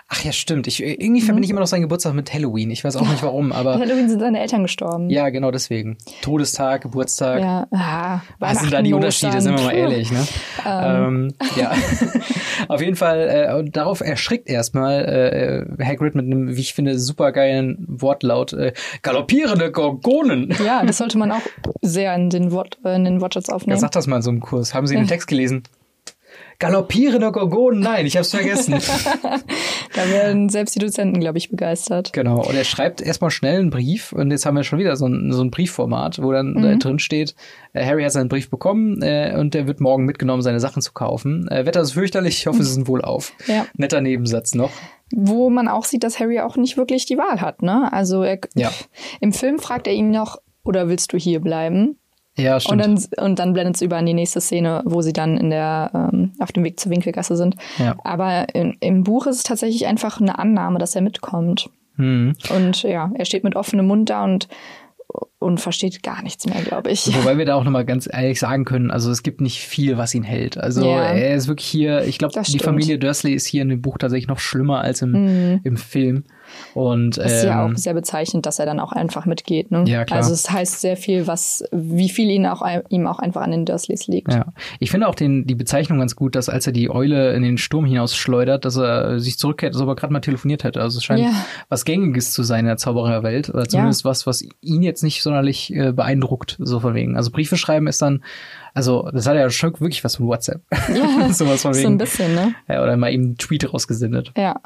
Speaker 2: Ach ja, stimmt. Ich, irgendwie
Speaker 1: Mhm.
Speaker 2: verbinde ich immer noch seinen Geburtstag mit Halloween. Ich weiß auch nicht warum,
Speaker 1: An
Speaker 2: aber
Speaker 1: Halloween sind seine Eltern gestorben.
Speaker 2: Äh, ja, genau deswegen. Todestag, Geburtstag.
Speaker 1: ja. Ah,
Speaker 2: Was sind da die
Speaker 1: Weihnachten,
Speaker 2: Unterschiede,
Speaker 1: Ostern.
Speaker 2: sind wir mal
Speaker 1: Puh.
Speaker 2: ehrlich. Ne? Ähm. ja, auf jeden Fall, äh, und darauf erschrickt erstmal äh, Hagrid mit einem, wie ich finde, supergeilen Wortlaut, äh, galoppierende Gorgonen.
Speaker 1: Ja, das sollte man auch sehr in den, Wort, äh, in den Wortschatz
Speaker 2: Ja,
Speaker 1: aufnehmen.
Speaker 2: sag das mal in so einem Kurs. Haben Sie den Text gelesen? Galoppierende Gorgonen, nein, ich hab's vergessen.
Speaker 1: Da werden selbst die Dozenten, glaube ich, begeistert.
Speaker 2: Genau, und er schreibt erstmal schnell einen Brief und jetzt haben wir schon wieder so ein, so ein Briefformat, wo dann
Speaker 1: Mhm.
Speaker 2: da drin steht, äh, Harry hat seinen Brief bekommen äh, und er wird morgen mitgenommen, seine Sachen zu kaufen. Äh, Wetter ist fürchterlich, ich hoffe, sie sind wohlauf.
Speaker 1: Ja.
Speaker 2: Netter Nebensatz noch.
Speaker 1: Wo man auch sieht, dass Harry auch nicht wirklich die Wahl hat, ne? Also er,
Speaker 2: Ja.
Speaker 1: im Film fragt er ihn noch, oder willst du hier bleiben?
Speaker 2: Ja,
Speaker 1: Und
Speaker 2: stimmt.
Speaker 1: dann, und dann blendet es über an die nächste Szene, wo sie dann in der, ähm, auf dem Weg zur Winkelgasse sind.
Speaker 2: Ja.
Speaker 1: Aber in, im Buch ist es tatsächlich einfach eine Annahme, dass er mitkommt.
Speaker 2: hm.
Speaker 1: Und ja, er steht mit offenem Mund da und, und versteht gar nichts mehr, glaube ich.
Speaker 2: Wobei wir da auch nochmal ganz ehrlich sagen können, also es gibt nicht viel, was ihn hält. Also
Speaker 1: Ja.
Speaker 2: er ist wirklich hier, ich glaube,
Speaker 1: Das
Speaker 2: die
Speaker 1: stimmt.
Speaker 2: Familie Dursley ist hier in dem Buch tatsächlich noch schlimmer als im, im Film. Und
Speaker 1: Das ist
Speaker 2: ähm,
Speaker 1: ja auch sehr bezeichnend, dass er dann auch einfach mitgeht. Ne?
Speaker 2: Ja, klar.
Speaker 1: Also es heißt sehr viel, was, wie viel ihn auch, ihm auch einfach an den Dursleys liegt.
Speaker 2: Ja, ich finde auch den, die Bezeichnung ganz gut, dass als er die Eule in den Sturm hinausschleudert, dass er sich zurückkehrt, dass er aber gerade mal telefoniert hätte. Also es scheint
Speaker 1: Ja.
Speaker 2: was Gängiges zu sein in der Zaubererwelt oder zumindest was, was ihn jetzt nicht sonderlich äh, beeindruckt, so von wegen. Also Briefe schreiben ist dann, also das hat ja schon wirklich was von WhatsApp.
Speaker 1: Ja,
Speaker 2: Sowas von
Speaker 1: so ein
Speaker 2: wegen.
Speaker 1: bisschen, ne?
Speaker 2: ja, oder mal eben einen Tweet rausgesendet.
Speaker 1: Ja.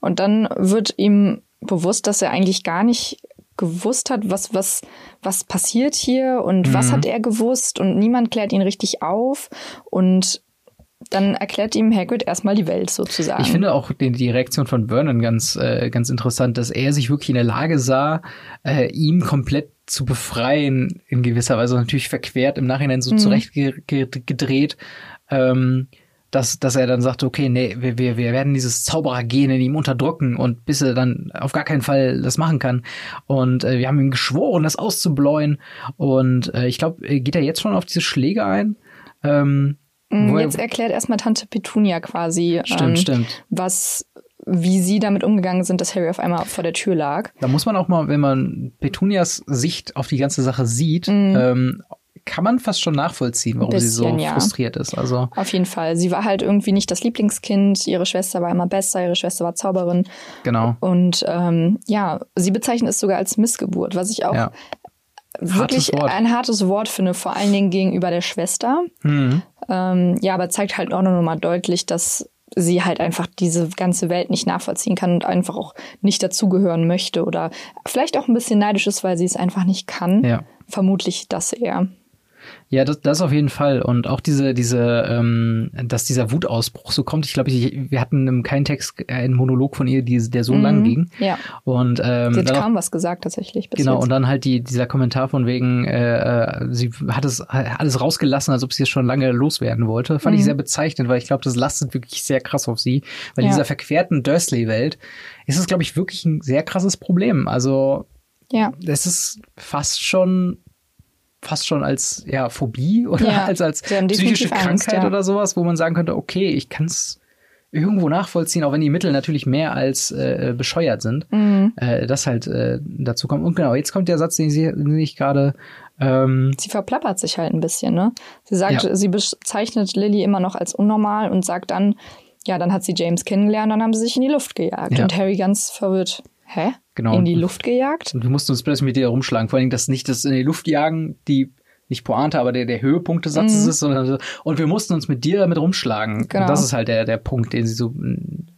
Speaker 1: Und dann wird ihm bewusst, dass er eigentlich gar nicht gewusst hat, was, was, was passiert hier und
Speaker 2: Mhm.
Speaker 1: was hat er gewusst und niemand klärt ihn richtig auf und dann erklärt ihm Hagrid erstmal die Welt sozusagen.
Speaker 2: Ich finde auch die, die Reaktion von Vernon ganz, äh, ganz interessant, dass er sich wirklich in der Lage sah, äh, ihn komplett zu befreien, in gewisser Weise natürlich verquert, im Nachhinein
Speaker 1: Mhm.
Speaker 2: so zurechtgedreht, ähm, dass, dass er dann sagt, okay, nee, wir, wir, wir werden dieses Zauberergen in ihm unterdrücken und bis er dann auf gar keinen Fall das machen kann. Und äh, wir haben ihm geschworen, das auszubläuen. Und äh, ich glaube, äh, geht er jetzt schon auf diese Schläge ein? Ähm,
Speaker 1: Mm,
Speaker 2: wo er-
Speaker 1: Jetzt erklärt erstmal Tante Petunia quasi,
Speaker 2: stimmt,
Speaker 1: ähm,
Speaker 2: stimmt.
Speaker 1: was, wie sie damit umgegangen sind, dass Harry auf einmal vor der Tür lag.
Speaker 2: Da muss man auch mal, wenn man Petunias Sicht auf die ganze Sache sieht, ähm, kann man fast schon nachvollziehen, warum sie so
Speaker 1: Mhm. Bisschen, ja.
Speaker 2: frustriert ist. Also
Speaker 1: Auf jeden Fall. Sie war halt irgendwie nicht das Lieblingskind. Ihre Schwester war immer besser. Ihre Schwester war Zauberin.
Speaker 2: genau.
Speaker 1: Und ähm, ja, sie bezeichnen es sogar als Missgeburt, was ich auch
Speaker 2: Ja.
Speaker 1: wirklich
Speaker 2: Hartes Wort.
Speaker 1: ein hartes Wort finde, vor allen Dingen gegenüber der Schwester.
Speaker 2: Hm.
Speaker 1: Ähm, ja, aber zeigt halt auch noch mal deutlich, dass sie halt einfach diese ganze Welt nicht nachvollziehen kann und einfach auch nicht dazugehören möchte oder vielleicht auch ein bisschen neidisch ist, weil sie es einfach nicht kann.
Speaker 2: Ja.
Speaker 1: Vermutlich das eher.
Speaker 2: Ja, das, das auf jeden Fall. Und auch diese, diese, ähm, dass dieser Wutausbruch so kommt. Ich glaube, ich, wir hatten im keinen Text äh, einen Monolog von ihr, die, der so lang ging.
Speaker 1: Mhm. Ja.
Speaker 2: Und ähm,
Speaker 1: Sie hat
Speaker 2: dann auch-
Speaker 1: kaum was gesagt tatsächlich bis
Speaker 2: Genau,
Speaker 1: jetzt.
Speaker 2: und dann halt die, dieser Kommentar von wegen, äh, äh, sie hat es hat alles rausgelassen, als ob sie es schon lange loswerden wollte. Fand ich
Speaker 1: Mhm.
Speaker 2: sehr bezeichnend, weil ich glaube, das lastet wirklich sehr krass auf sie. Weil in
Speaker 1: Ja.
Speaker 2: dieser verquerten Dursley-Welt ist es, glaube ich, wirklich ein sehr krasses Problem. Also,
Speaker 1: ja.
Speaker 2: das ist fast schon fast schon als ja, Phobie oder
Speaker 1: Ja,
Speaker 2: als, als
Speaker 1: sie haben
Speaker 2: psychische
Speaker 1: definitiv Angst,
Speaker 2: Krankheit
Speaker 1: ja.
Speaker 2: oder sowas, wo man sagen könnte, okay, ich kann es irgendwo nachvollziehen, auch wenn die Mittel natürlich mehr als äh, bescheuert sind,
Speaker 1: Mhm.
Speaker 2: äh, das halt äh, dazu kommt. Und genau, jetzt kommt der Satz, den, sie, den ich gerade ähm,
Speaker 1: sie verplappert sich halt ein bisschen, ne? Sie sagt,
Speaker 2: Ja.
Speaker 1: sie bezeichnet Lilly immer noch als unnormal und sagt dann, ja, dann hat sie James kennengelernt, dann haben sie sich in die Luft gejagt.
Speaker 2: Ja.
Speaker 1: Und Harry ganz verwirrt, hä?
Speaker 2: Genau.
Speaker 1: In die Luft gejagt?
Speaker 2: Und wir mussten uns plötzlich mit dir rumschlagen. Vor allen Dingen, dass nicht das in die Luft jagen, die nicht Pointe, aber der, der Höhepunkt des Satzes ist, sondern so, und wir mussten uns mit dir damit rumschlagen.
Speaker 1: Mhm. Genau.
Speaker 2: Und das ist halt der, der Punkt, den sie so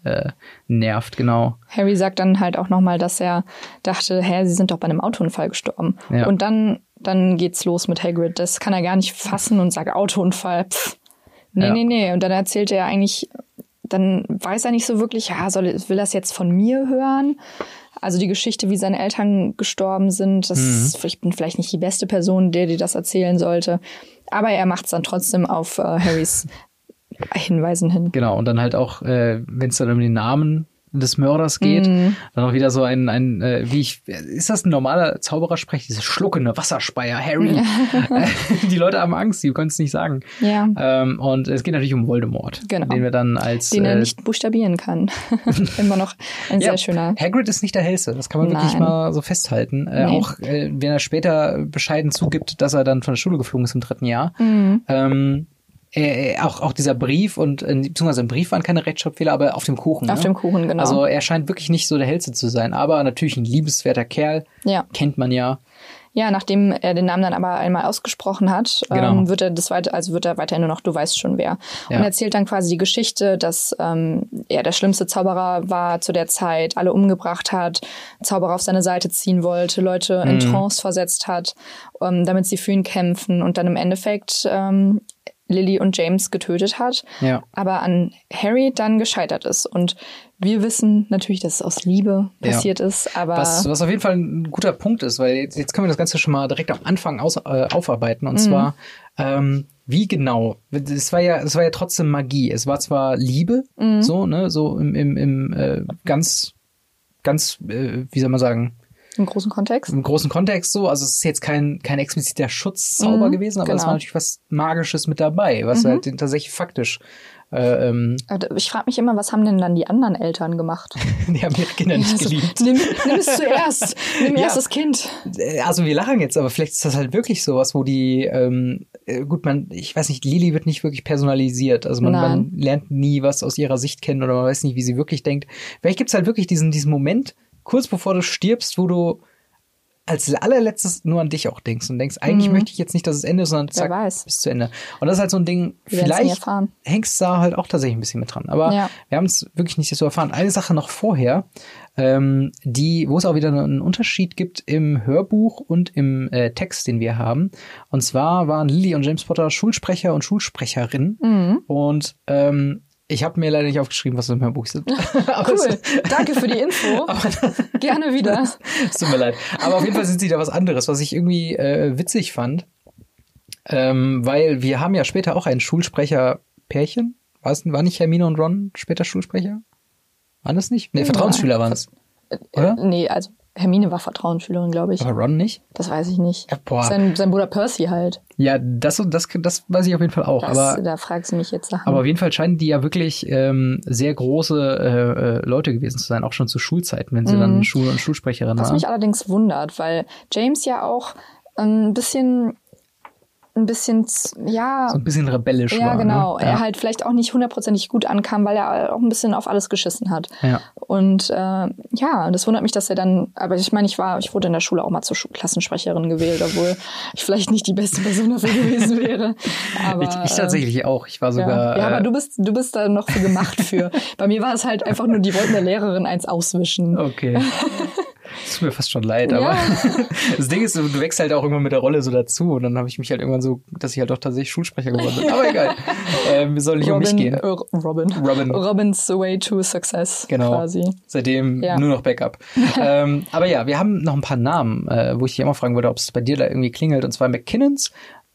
Speaker 2: äh, nervt, genau.
Speaker 1: Harry sagt dann halt auch nochmal, dass er dachte, hä, sie sind doch bei einem Autounfall gestorben.
Speaker 2: Ja.
Speaker 1: Und dann, dann geht's los mit Hagrid. Das kann er gar nicht fassen und sagt, Autounfall, pff. Nee,
Speaker 2: Ja.
Speaker 1: nee, nee. Und dann erzählt er eigentlich, dann weiß er nicht so wirklich, ja, soll, will das jetzt von mir hören? Also die Geschichte, wie seine Eltern gestorben sind,
Speaker 2: Mhm.
Speaker 1: das ist, ich bin vielleicht nicht die beste Person, der dir das erzählen sollte. Aber er macht es dann trotzdem auf äh, Harrys Hinweisen hin.
Speaker 2: Genau, und dann halt auch, äh, wenn es dann um den Namen des Mörders geht,
Speaker 1: Mhm.
Speaker 2: dann auch wieder so ein, ein äh, wie ich, ist das ein normaler Zauberersprech, dieses schluckende Wasserspeier, Harry. Äh, die Leute haben Angst, die können es nicht sagen.
Speaker 1: Ja.
Speaker 2: Ähm, und es geht natürlich um Voldemort,
Speaker 1: Genau.
Speaker 2: den wir dann als
Speaker 1: den er
Speaker 2: äh,
Speaker 1: nicht buchstabieren kann. Immer noch ein sehr
Speaker 2: ja,
Speaker 1: schöner.
Speaker 2: Hagrid ist nicht der Hellste, das kann man wirklich
Speaker 1: Nein.
Speaker 2: mal so festhalten. Äh,
Speaker 1: Nee.
Speaker 2: Auch äh, wenn er später bescheiden zugibt, dass er dann von der Schule geflogen ist im dritten Jahr.
Speaker 1: Mhm.
Speaker 2: Ähm, äh, äh, auch, auch dieser Brief und äh, beziehungsweise im Brief waren keine Rechtschreibfehler, aber auf dem Kuchen.
Speaker 1: Auf
Speaker 2: ne?
Speaker 1: dem Kuchen, genau.
Speaker 2: Also er scheint wirklich nicht so der Hellste zu sein, aber natürlich ein liebenswerter Kerl,
Speaker 1: Ja.
Speaker 2: kennt man ja.
Speaker 1: Ja, nachdem er den Namen dann aber einmal ausgesprochen hat,
Speaker 2: Genau.
Speaker 1: ähm, wird er das weiter, also wird er weiterhin nur noch Du weißt schon wer.
Speaker 2: Ja.
Speaker 1: Und erzählt dann quasi die Geschichte, dass ähm, er der schlimmste Zauberer war zu der Zeit, alle umgebracht hat, Zauberer auf seine Seite ziehen wollte, Leute in
Speaker 2: Mhm.
Speaker 1: Trance versetzt hat, ähm, damit sie für ihn kämpfen und dann im Endeffekt ähm, Lily und James getötet hat
Speaker 2: Ja.
Speaker 1: aber an Harry dann gescheitert ist. Und wir wissen natürlich, dass es aus Liebe
Speaker 2: Ja.
Speaker 1: passiert ist, aber
Speaker 2: Was, was auf jeden Fall ein guter Punkt ist, weil jetzt, jetzt können wir das Ganze schon mal direkt am Anfang aus, äh, aufarbeiten.
Speaker 1: Mhm.
Speaker 2: Und zwar, ähm, wie genau? Es war ja, es war ja trotzdem Magie. Es war zwar Liebe,
Speaker 1: Mhm.
Speaker 2: so, ne, so im, im, im äh, ganz, ganz, äh, wie soll man sagen,
Speaker 1: im großen Kontext.
Speaker 2: im großen Kontext so. Also es ist jetzt kein, kein expliziter Schutzzauber
Speaker 1: Mhm,
Speaker 2: gewesen, aber es
Speaker 1: genau. Mhm.
Speaker 2: war natürlich was Magisches mit dabei, was halt tatsächlich faktisch äh, ähm,
Speaker 1: Aber Ich frage mich immer, was haben denn dann die anderen Eltern gemacht?
Speaker 2: die haben ihre Kinder nicht
Speaker 1: Also,
Speaker 2: geliebt.
Speaker 1: nimm, nimm es zuerst, nimm
Speaker 2: Ja.
Speaker 1: erst das Kind.
Speaker 2: Äh, also wir lachen jetzt, aber vielleicht ist das halt wirklich sowas, wo die, ähm, äh, gut, man, ich weiß nicht, Lili wird nicht wirklich personalisiert. Also man,
Speaker 1: Nein.
Speaker 2: man lernt nie was aus ihrer Sicht kennen oder man weiß nicht, wie sie wirklich denkt. Vielleicht gibt's halt wirklich diesen, diesen Moment, kurz bevor du stirbst, wo du als allerletztes nur an dich auch denkst und denkst, eigentlich möchte ich jetzt nicht, dass es Ende ist, sondern
Speaker 1: Mhm. Wer
Speaker 2: zack,
Speaker 1: weiß.
Speaker 2: bis zu Ende. Und das ist halt so ein Ding,
Speaker 1: Wir werden's nie
Speaker 2: vielleicht
Speaker 1: erfahren.
Speaker 2: hängst da halt auch tatsächlich ein bisschen mit dran. Aber
Speaker 1: Ja.
Speaker 2: wir haben es wirklich nicht so erfahren. Eine Sache noch vorher, ähm, die, wo es auch wieder einen Unterschied gibt im Hörbuch und im äh, Text, den wir haben. Und zwar waren Lily und James Potter Schulsprecher und
Speaker 1: Mhm.
Speaker 2: Schulsprecherin. Und ähm, ich habe mir leider nicht aufgeschrieben, was im Hörbuch sind. Aber es-
Speaker 1: Cool, danke für die Info. Gerne wieder.
Speaker 2: Es tut mir leid. Aber auf jeden Fall sind sie da was anderes, was ich irgendwie äh, witzig fand. Ähm, weil wir haben ja später auch ein Schulsprecher-Pärchen. War es- War nicht Hermine und Ron später Schulsprecher? Waren das nicht? Nee, Vertrauensschüler waren es. Oder?
Speaker 1: Nee, also Hermine war Vertrauensschülerin, glaube ich.
Speaker 2: Aber Ron nicht?
Speaker 1: Das weiß ich nicht.
Speaker 2: Ja, boah.
Speaker 1: Sein, sein Bruder Percy halt.
Speaker 2: Ja, das, das, das weiß ich auf jeden Fall auch.
Speaker 1: Das,
Speaker 2: aber
Speaker 1: da fragst du mich jetzt Sachen.
Speaker 2: Aber auf jeden Fall scheinen die ja wirklich ähm, sehr große äh, äh, Leute gewesen zu sein, auch schon zu Schulzeiten, wenn sie dann Schul- und Schulsprecherin
Speaker 1: Mhm. Was
Speaker 2: waren.
Speaker 1: mich allerdings wundert, weil James ja auch ein bisschen, ein bisschen, z- ja,
Speaker 2: So ein bisschen rebellisch
Speaker 1: ja,
Speaker 2: war.
Speaker 1: genau.
Speaker 2: Ne?
Speaker 1: Er halt vielleicht auch nicht hundertprozentig gut ankam, weil er auch ein bisschen auf alles geschissen hat.
Speaker 2: Ja.
Speaker 1: Und äh, ja, das wundert mich, dass er dann, aber ich meine, ich war, ich wurde in der Schule auch mal zur Schu- Klassensprecherin gewählt, obwohl ich vielleicht nicht die beste Person dafür gewesen wäre. Aber,
Speaker 2: ich, ich
Speaker 1: äh,
Speaker 2: tatsächlich auch. Ich war sogar.
Speaker 1: ja, ja, aber
Speaker 2: äh,
Speaker 1: du bist, du bist da noch für gemacht für. Bei mir war es halt einfach nur, die wollten der Lehrerin eins auswischen.
Speaker 2: Okay. Es tut mir fast schon leid, aber
Speaker 1: Ja.
Speaker 2: das Ding ist, du du wächst halt auch irgendwann mit der Rolle so dazu und dann habe ich mich halt irgendwann so, dass ich halt doch tatsächlich Schulsprecher geworden bin. Aber egal. Ähm, wir sollen nicht um mich gehen.
Speaker 1: äh, Robin.
Speaker 2: Robin.
Speaker 1: Robin's way to success.
Speaker 2: Genau.
Speaker 1: Quasi.
Speaker 2: Seitdem
Speaker 1: Ja.
Speaker 2: nur noch Backup. ähm, aber ja, wir haben noch ein paar Namen, äh, wo ich dich immer fragen würde, ob es bei dir da irgendwie klingelt. Und zwar McKinnons,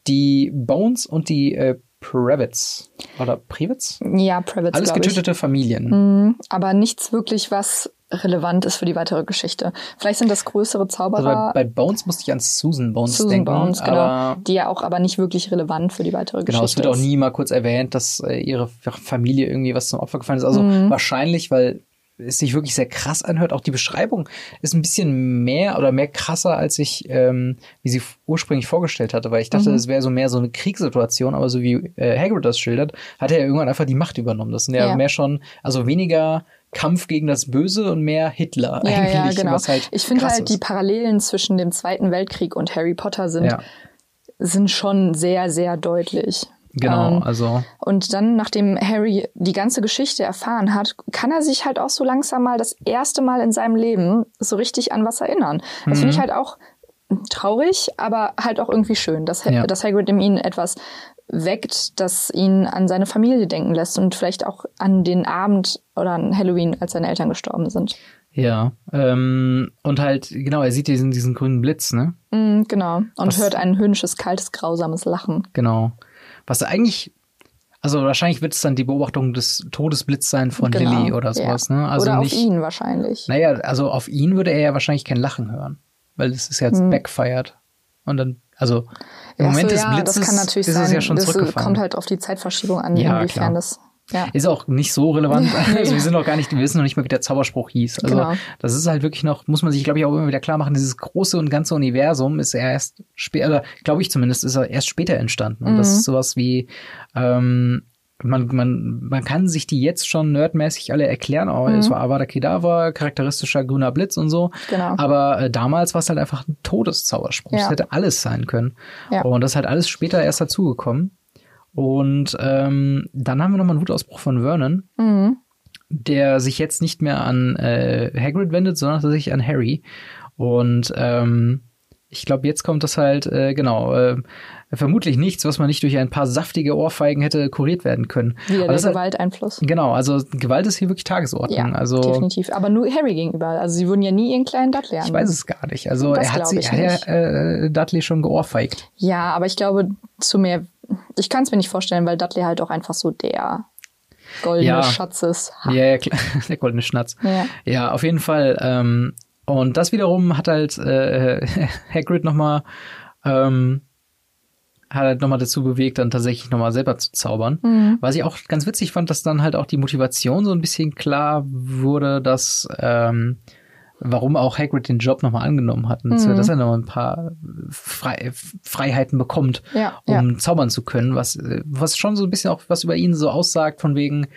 Speaker 2: die Bones und die äh, Previts. Oder Previts?
Speaker 1: Ja, Privates,
Speaker 2: Alles
Speaker 1: glaube ich.
Speaker 2: getötete Familien.
Speaker 1: Mhm, Aber nichts wirklich, was relevant ist für die weitere Geschichte. Vielleicht sind das größere
Speaker 2: Also bei,
Speaker 1: Zauberer,
Speaker 2: bei Bones musste ich an Susan Bones
Speaker 1: Susan
Speaker 2: denken.
Speaker 1: Bones, genau,
Speaker 2: aber
Speaker 1: die ja auch aber nicht wirklich relevant für die weitere
Speaker 2: Genau, es
Speaker 1: Geschichte
Speaker 2: wird auch
Speaker 1: ist.
Speaker 2: nie mal kurz erwähnt, dass äh, ihre F- Familie irgendwie was zum Opfer gefallen ist. Also
Speaker 1: Mhm.
Speaker 2: wahrscheinlich, weil es sich wirklich sehr krass anhört. Auch die Beschreibung ist ein bisschen mehr oder mehr krasser, als ich, ähm, wie sie f- ursprünglich vorgestellt hatte, weil ich
Speaker 1: Mhm.
Speaker 2: dachte, es wäre so mehr so eine Kriegssituation, aber so wie äh, Hagrid das schildert, hat er ja irgendwann einfach die Macht übernommen. Das sind ja,
Speaker 1: Ja.
Speaker 2: mehr schon, also weniger Kampf gegen das Böse und mehr Hitler
Speaker 1: ja, ja,
Speaker 2: eigentlich.
Speaker 1: genau.
Speaker 2: was halt
Speaker 1: ich finde
Speaker 2: krass
Speaker 1: halt, die
Speaker 2: ist.
Speaker 1: Parallelen zwischen dem Zweiten Weltkrieg und Harry Potter sind,
Speaker 2: Ja.
Speaker 1: sind schon sehr, sehr deutlich.
Speaker 2: Genau,
Speaker 1: Ähm,
Speaker 2: also.
Speaker 1: Und dann, nachdem Harry die ganze Geschichte erfahren hat, kann er sich halt auch so langsam mal das erste Mal in seinem Leben so richtig an was erinnern. Das
Speaker 2: Mhm.
Speaker 1: finde ich halt auch traurig, aber halt auch irgendwie schön, dass, Ha-
Speaker 2: Ja.
Speaker 1: dass Hagrid in ihn etwas weckt, das ihn an seine Familie denken lässt und vielleicht auch an den Abend oder an Halloween, als seine Eltern gestorben sind.
Speaker 2: Ja, ähm, und halt, genau, er sieht diesen, diesen grünen Blitz, ne?
Speaker 1: Mm, genau. Und
Speaker 2: Was-
Speaker 1: hört ein höhnisches, kaltes, grausames Lachen.
Speaker 2: Genau. Was eigentlich, also wahrscheinlich wird es dann die Beobachtung des Todesblitz sein von
Speaker 1: genau.
Speaker 2: Lilly oder sowas, ne? Also
Speaker 1: oder
Speaker 2: nicht,
Speaker 1: auf ihn wahrscheinlich.
Speaker 2: naja, also auf ihn würde er ja wahrscheinlich kein Lachen hören, weil es ist ja jetzt backfired. Und dann, also
Speaker 1: Ja,
Speaker 2: im
Speaker 1: Hm.
Speaker 2: Moment
Speaker 1: so,
Speaker 2: des
Speaker 1: ja,
Speaker 2: Blitzes
Speaker 1: das kann natürlich
Speaker 2: ist
Speaker 1: sein.
Speaker 2: es ja schon
Speaker 1: das
Speaker 2: zurückgefahren.
Speaker 1: kommt halt auf die Zeitverschiebung an,
Speaker 2: Ja,
Speaker 1: inwiefern
Speaker 2: klar.
Speaker 1: das. Ja.
Speaker 2: Ist auch nicht so relevant. Also wir sind noch gar nicht, wir wissen noch nicht mal, wie der Zauberspruch hieß. Also
Speaker 1: Genau.
Speaker 2: das ist halt wirklich noch, muss man sich, glaube ich, auch immer wieder klar machen, dieses große und ganze Universum ist erst
Speaker 1: Mhm.
Speaker 2: später, glaube ich zumindest, ist er erst später entstanden. Und das ist sowas wie, ähm, man, man, man kann sich die jetzt schon nerdmäßig alle erklären. Oh, Es war Avada Kedavra, charakteristischer grüner Blitz und so.
Speaker 1: Mhm. Genau.
Speaker 2: Aber äh, damals war es halt einfach ein Todeszauberspruch.
Speaker 1: Ja.
Speaker 2: Es hätte alles sein können.
Speaker 1: Ja.
Speaker 2: Und das ist halt alles später erst dazugekommen. Und ähm, dann haben wir nochmal einen Wutausbruch von Vernon,
Speaker 1: Mhm.
Speaker 2: der sich jetzt nicht mehr an äh, Hagrid wendet, sondern tatsächlich an Harry. Und ähm, ich glaube, jetzt kommt das halt, äh, genau, äh, vermutlich nichts, was man nicht durch ein paar saftige Ohrfeigen hätte kuriert werden können.
Speaker 1: Wieder
Speaker 2: Aber
Speaker 1: der
Speaker 2: das ist halt,
Speaker 1: Gewalteinfluss.
Speaker 2: genau, also Gewalt ist hier wirklich Tagesordnung.
Speaker 1: Ja,
Speaker 2: also
Speaker 1: definitiv. Aber nur Harry gegenüber. Also sie würden ja nie ihren kleinen Dudley
Speaker 2: ich
Speaker 1: annehmen.
Speaker 2: weiß es gar nicht. Also
Speaker 1: Das
Speaker 2: er hat,
Speaker 1: glaub
Speaker 2: sie,
Speaker 1: ich
Speaker 2: er hat ja äh, Dudley schon geohrfeigt.
Speaker 1: Ja, aber ich glaube, zu mehr, ich kann es mir nicht vorstellen, weil Dudley halt auch einfach so der goldene
Speaker 2: Ja.
Speaker 1: Schatz ist. Ha.
Speaker 2: Ja, ja, klar. Der goldene Schnatz.
Speaker 1: Ja.
Speaker 2: Ja, auf jeden Fall. Ähm, und das wiederum hat halt äh, Hagrid nochmal ähm, hat halt nochmal dazu bewegt, dann tatsächlich nochmal selber zu zaubern.
Speaker 1: Mhm.
Speaker 2: Was ich auch ganz witzig fand, dass dann halt auch die Motivation so ein bisschen klar wurde, dass ähm, warum auch Hagrid den Job nochmal angenommen hat. Und dass
Speaker 1: Mhm.
Speaker 2: er- dass er nochmal ein paar Frei Freiheiten bekommt,
Speaker 1: Ja,
Speaker 2: um zaubern zu können, was, äh, was schon so ein bisschen auch was über ihn so aussagt, von wegen,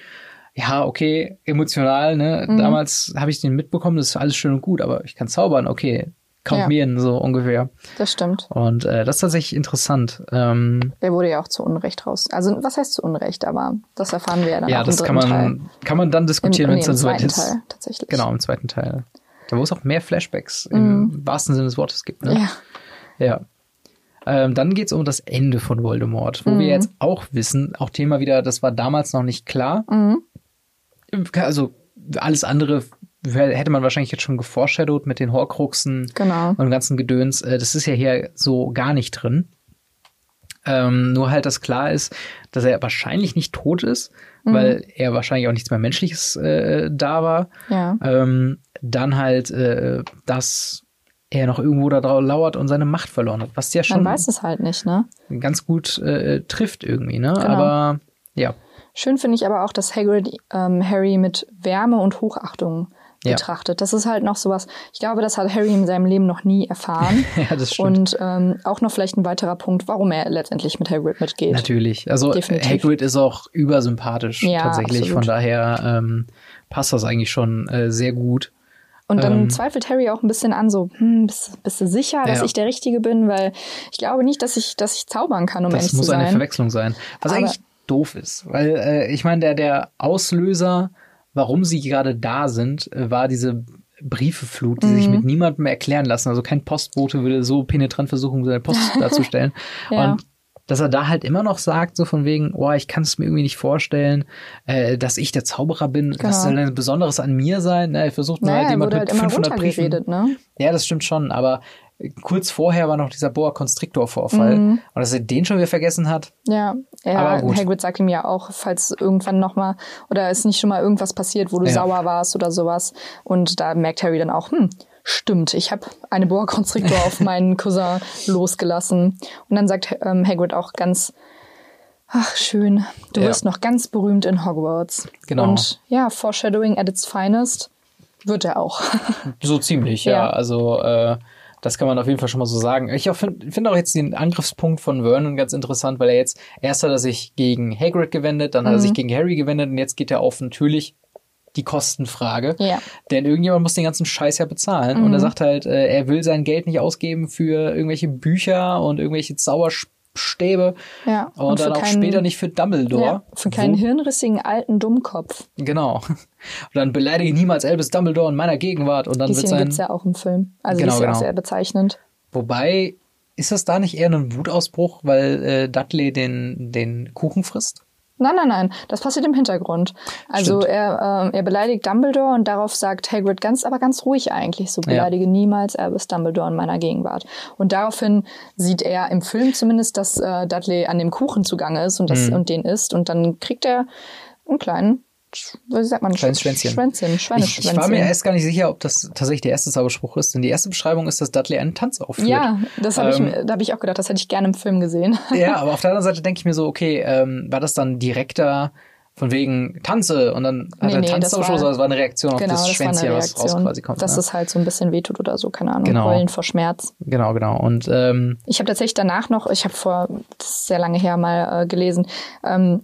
Speaker 2: ja, okay, emotional, ne?
Speaker 1: Mhm.
Speaker 2: Damals habe ich den mitbekommen, das ist alles schön und gut, aber ich kann zaubern, okay, count
Speaker 1: Ja.
Speaker 2: me in, so ungefähr.
Speaker 1: Das stimmt.
Speaker 2: Und äh, das ist tatsächlich interessant. Ähm,
Speaker 1: Der wurde ja auch zu Unrecht raus. Also, was heißt zu Unrecht? Aber das erfahren wir ja dann
Speaker 2: ja,
Speaker 1: auch
Speaker 2: das
Speaker 1: im
Speaker 2: kann
Speaker 1: dritten
Speaker 2: man, kann man dann
Speaker 1: Teil. Im,
Speaker 2: diskutieren, wenn es
Speaker 1: nee, im
Speaker 2: dann soweit
Speaker 1: zweiten
Speaker 2: ist.
Speaker 1: Teil, tatsächlich.
Speaker 2: Genau, im zweiten Teil. Da wo es auch mehr Flashbacks im wahrsten Sinne des Wortes gibt, ne?
Speaker 1: Mhm. Ja.
Speaker 2: Ja. Ähm, dann geht's um das Ende von Voldemort,
Speaker 1: Mhm.
Speaker 2: wo wir jetzt auch wissen, auch Thema wieder, das war damals noch nicht klar.
Speaker 1: mhm,
Speaker 2: Also alles andere wär- hätte man wahrscheinlich jetzt schon geforeshadowt mit den Horcruxen
Speaker 1: Genau.
Speaker 2: und dem ganzen Gedöns. Äh, Das ist ja hier so gar nicht drin. Ähm, nur halt, dass klar ist, dass er wahrscheinlich nicht tot ist,
Speaker 1: Mhm.
Speaker 2: weil er wahrscheinlich auch nichts mehr Menschliches äh, da war.
Speaker 1: Ja.
Speaker 2: Ähm, dann halt, äh, dass er noch irgendwo da drauf lauert und seine Macht verloren hat, was ja
Speaker 1: Man
Speaker 2: schon
Speaker 1: weiß es halt nicht, ne?
Speaker 2: ganz gut äh, trifft irgendwie, ne?
Speaker 1: Genau.
Speaker 2: Aber ja,
Speaker 1: Schön finde ich aber auch, dass Hagrid ähm, Harry mit Wärme und Hochachtung
Speaker 2: Ja.
Speaker 1: betrachtet. Das ist halt noch sowas, ich glaube, das hat Harry in seinem Leben noch nie erfahren.
Speaker 2: ja, das stimmt.
Speaker 1: und ähm, auch noch vielleicht ein weiterer Punkt, warum er letztendlich mit Hagrid mitgeht.
Speaker 2: Natürlich. Also
Speaker 1: Definitiv.
Speaker 2: Hagrid ist auch übersympathisch
Speaker 1: Ja,
Speaker 2: tatsächlich.
Speaker 1: absolut.
Speaker 2: Von daher ähm, passt das eigentlich schon äh, sehr gut.
Speaker 1: Und dann
Speaker 2: Ähm.
Speaker 1: zweifelt Harry auch ein bisschen an, so, hm, bist, bist du sicher, dass
Speaker 2: Ja.
Speaker 1: ich der Richtige bin? Weil ich glaube nicht, dass ich, dass ich zaubern kann, um
Speaker 2: Das
Speaker 1: ehrlich zu
Speaker 2: muss eine
Speaker 1: sein.
Speaker 2: Verwechslung sein. Was
Speaker 1: Aber-
Speaker 2: eigentlich doof ist, weil äh, ich meine, der, der Auslöser, warum sie gerade da sind, äh, war diese Briefeflut, die
Speaker 1: Mhm.
Speaker 2: sich mit niemandem erklären lassen. Also kein Postbote würde so penetrant versuchen, seine Post darzustellen.
Speaker 1: Ja.
Speaker 2: Und dass er da halt immer noch sagt, so von wegen, oh, ich kann es mir irgendwie nicht vorstellen, äh, dass ich der Zauberer bin,
Speaker 1: Genau.
Speaker 2: was soll denn Besonderes an mir sein? Na, er versucht nur halt
Speaker 1: Naja, er
Speaker 2: jemand
Speaker 1: wurde
Speaker 2: mit
Speaker 1: halt immer
Speaker 2: 500 Briefen
Speaker 1: runtergeredet, ne?
Speaker 2: ja, das stimmt schon, aber äh, kurz vorher war noch dieser Boa Constrictor Vorfall
Speaker 1: Mhm.
Speaker 2: und dass er den schon wieder vergessen hat.
Speaker 1: Ja,
Speaker 2: Aber
Speaker 1: er,
Speaker 2: gut.
Speaker 1: Hagrid sagt ihm ja auch, falls irgendwann nochmal, oder ist nicht schon mal irgendwas passiert, wo du
Speaker 2: Ja.
Speaker 1: sauer warst oder sowas. Und da merkt Harry dann auch, hm, stimmt, ich habe eine Boa Constrictor auf meinen Cousin losgelassen. Und dann sagt ähm, Hagrid auch ganz, ach schön, du
Speaker 2: Ja.
Speaker 1: wirst noch ganz berühmt in Hogwarts.
Speaker 2: Genau.
Speaker 1: Und ja, Foreshadowing at its finest wird er auch.
Speaker 2: So ziemlich, ja.
Speaker 1: Ja.
Speaker 2: Also äh, das kann man auf jeden Fall schon mal so sagen. Ich finde find auch jetzt den Angriffspunkt von Vernon ganz interessant, weil er jetzt erst hat er sich gegen Hagrid gewendet, dann hat
Speaker 1: Mhm.
Speaker 2: er sich gegen Harry gewendet und jetzt geht er auf natürlich die Kostenfrage.
Speaker 1: Ja. Mhm.
Speaker 2: Denn irgendjemand muss den ganzen Scheiß ja bezahlen. Und er sagt halt, äh, er will sein Geld nicht ausgeben für irgendwelche Bücher und irgendwelche Zauberstäbe.
Speaker 1: Ja.
Speaker 2: Und, dann
Speaker 1: für
Speaker 2: auch
Speaker 1: keinen-
Speaker 2: später nicht für Dumbledore.
Speaker 1: Ja, für keinen
Speaker 2: Wo-
Speaker 1: hirnrissigen alten Dummkopf.
Speaker 2: Genau. Und dann beleidige niemals Albus Dumbledore in meiner Gegenwart und dann
Speaker 1: Die
Speaker 2: wird
Speaker 1: Szene
Speaker 2: sein.
Speaker 1: gibt's ja auch im Film. Also
Speaker 2: Genau,
Speaker 1: die ist ja
Speaker 2: genau.
Speaker 1: auch sehr bezeichnend.
Speaker 2: Wobei, ist das da nicht eher ein Wutausbruch, weil äh, Dudley den, den Kuchen frisst?
Speaker 1: Nein, nein, nein, das passiert im Hintergrund. Also
Speaker 2: Stimmt.
Speaker 1: er, ähm, er beleidigt Dumbledore und darauf sagt Hagrid ganz, aber ganz ruhig eigentlich, so beleidige niemals Albus Dumbledore in meiner Gegenwart. Und daraufhin sieht er im Film zumindest, dass äh, Dudley an dem Kuchen zugange ist und,
Speaker 2: Mhm.
Speaker 1: das, und den isst und dann kriegt er einen kleinen, Sch- wie sagt man, Sch-
Speaker 2: Kleines Schwänzchen.
Speaker 1: Schwänzchen,
Speaker 2: Ich,
Speaker 1: Schweineschwänzchen.
Speaker 2: ich war mir erst gar nicht sicher, ob das tatsächlich der erste Zauberspruch ist, denn die erste Beschreibung ist, dass Dudley einen Tanz aufführt.
Speaker 1: ja, das habe ich,
Speaker 2: Ähm.
Speaker 1: mir- da habe ich auch gedacht, das hätte ich gerne im Film gesehen.
Speaker 2: ja, aber auf der anderen Seite denke ich mir so, okay, ähm, war das dann direkter von wegen Tanze und dann hat
Speaker 1: Nee,
Speaker 2: er
Speaker 1: nee,
Speaker 2: Tanz
Speaker 1: das war-
Speaker 2: sondern es war eine Reaktion auf
Speaker 1: genau,
Speaker 2: das,
Speaker 1: das war eine
Speaker 2: Schwänzchen, was raus
Speaker 1: Reaktion,
Speaker 2: quasi kommt.
Speaker 1: dass
Speaker 2: ne?
Speaker 1: es halt so ein bisschen wehtut oder so, keine Ahnung,
Speaker 2: Genau.
Speaker 1: heulen vor Schmerz.
Speaker 2: genau, genau. Und ähm,
Speaker 1: Ich habe tatsächlich danach noch, ich habe vor das ist sehr lange her mal äh, gelesen, ähm,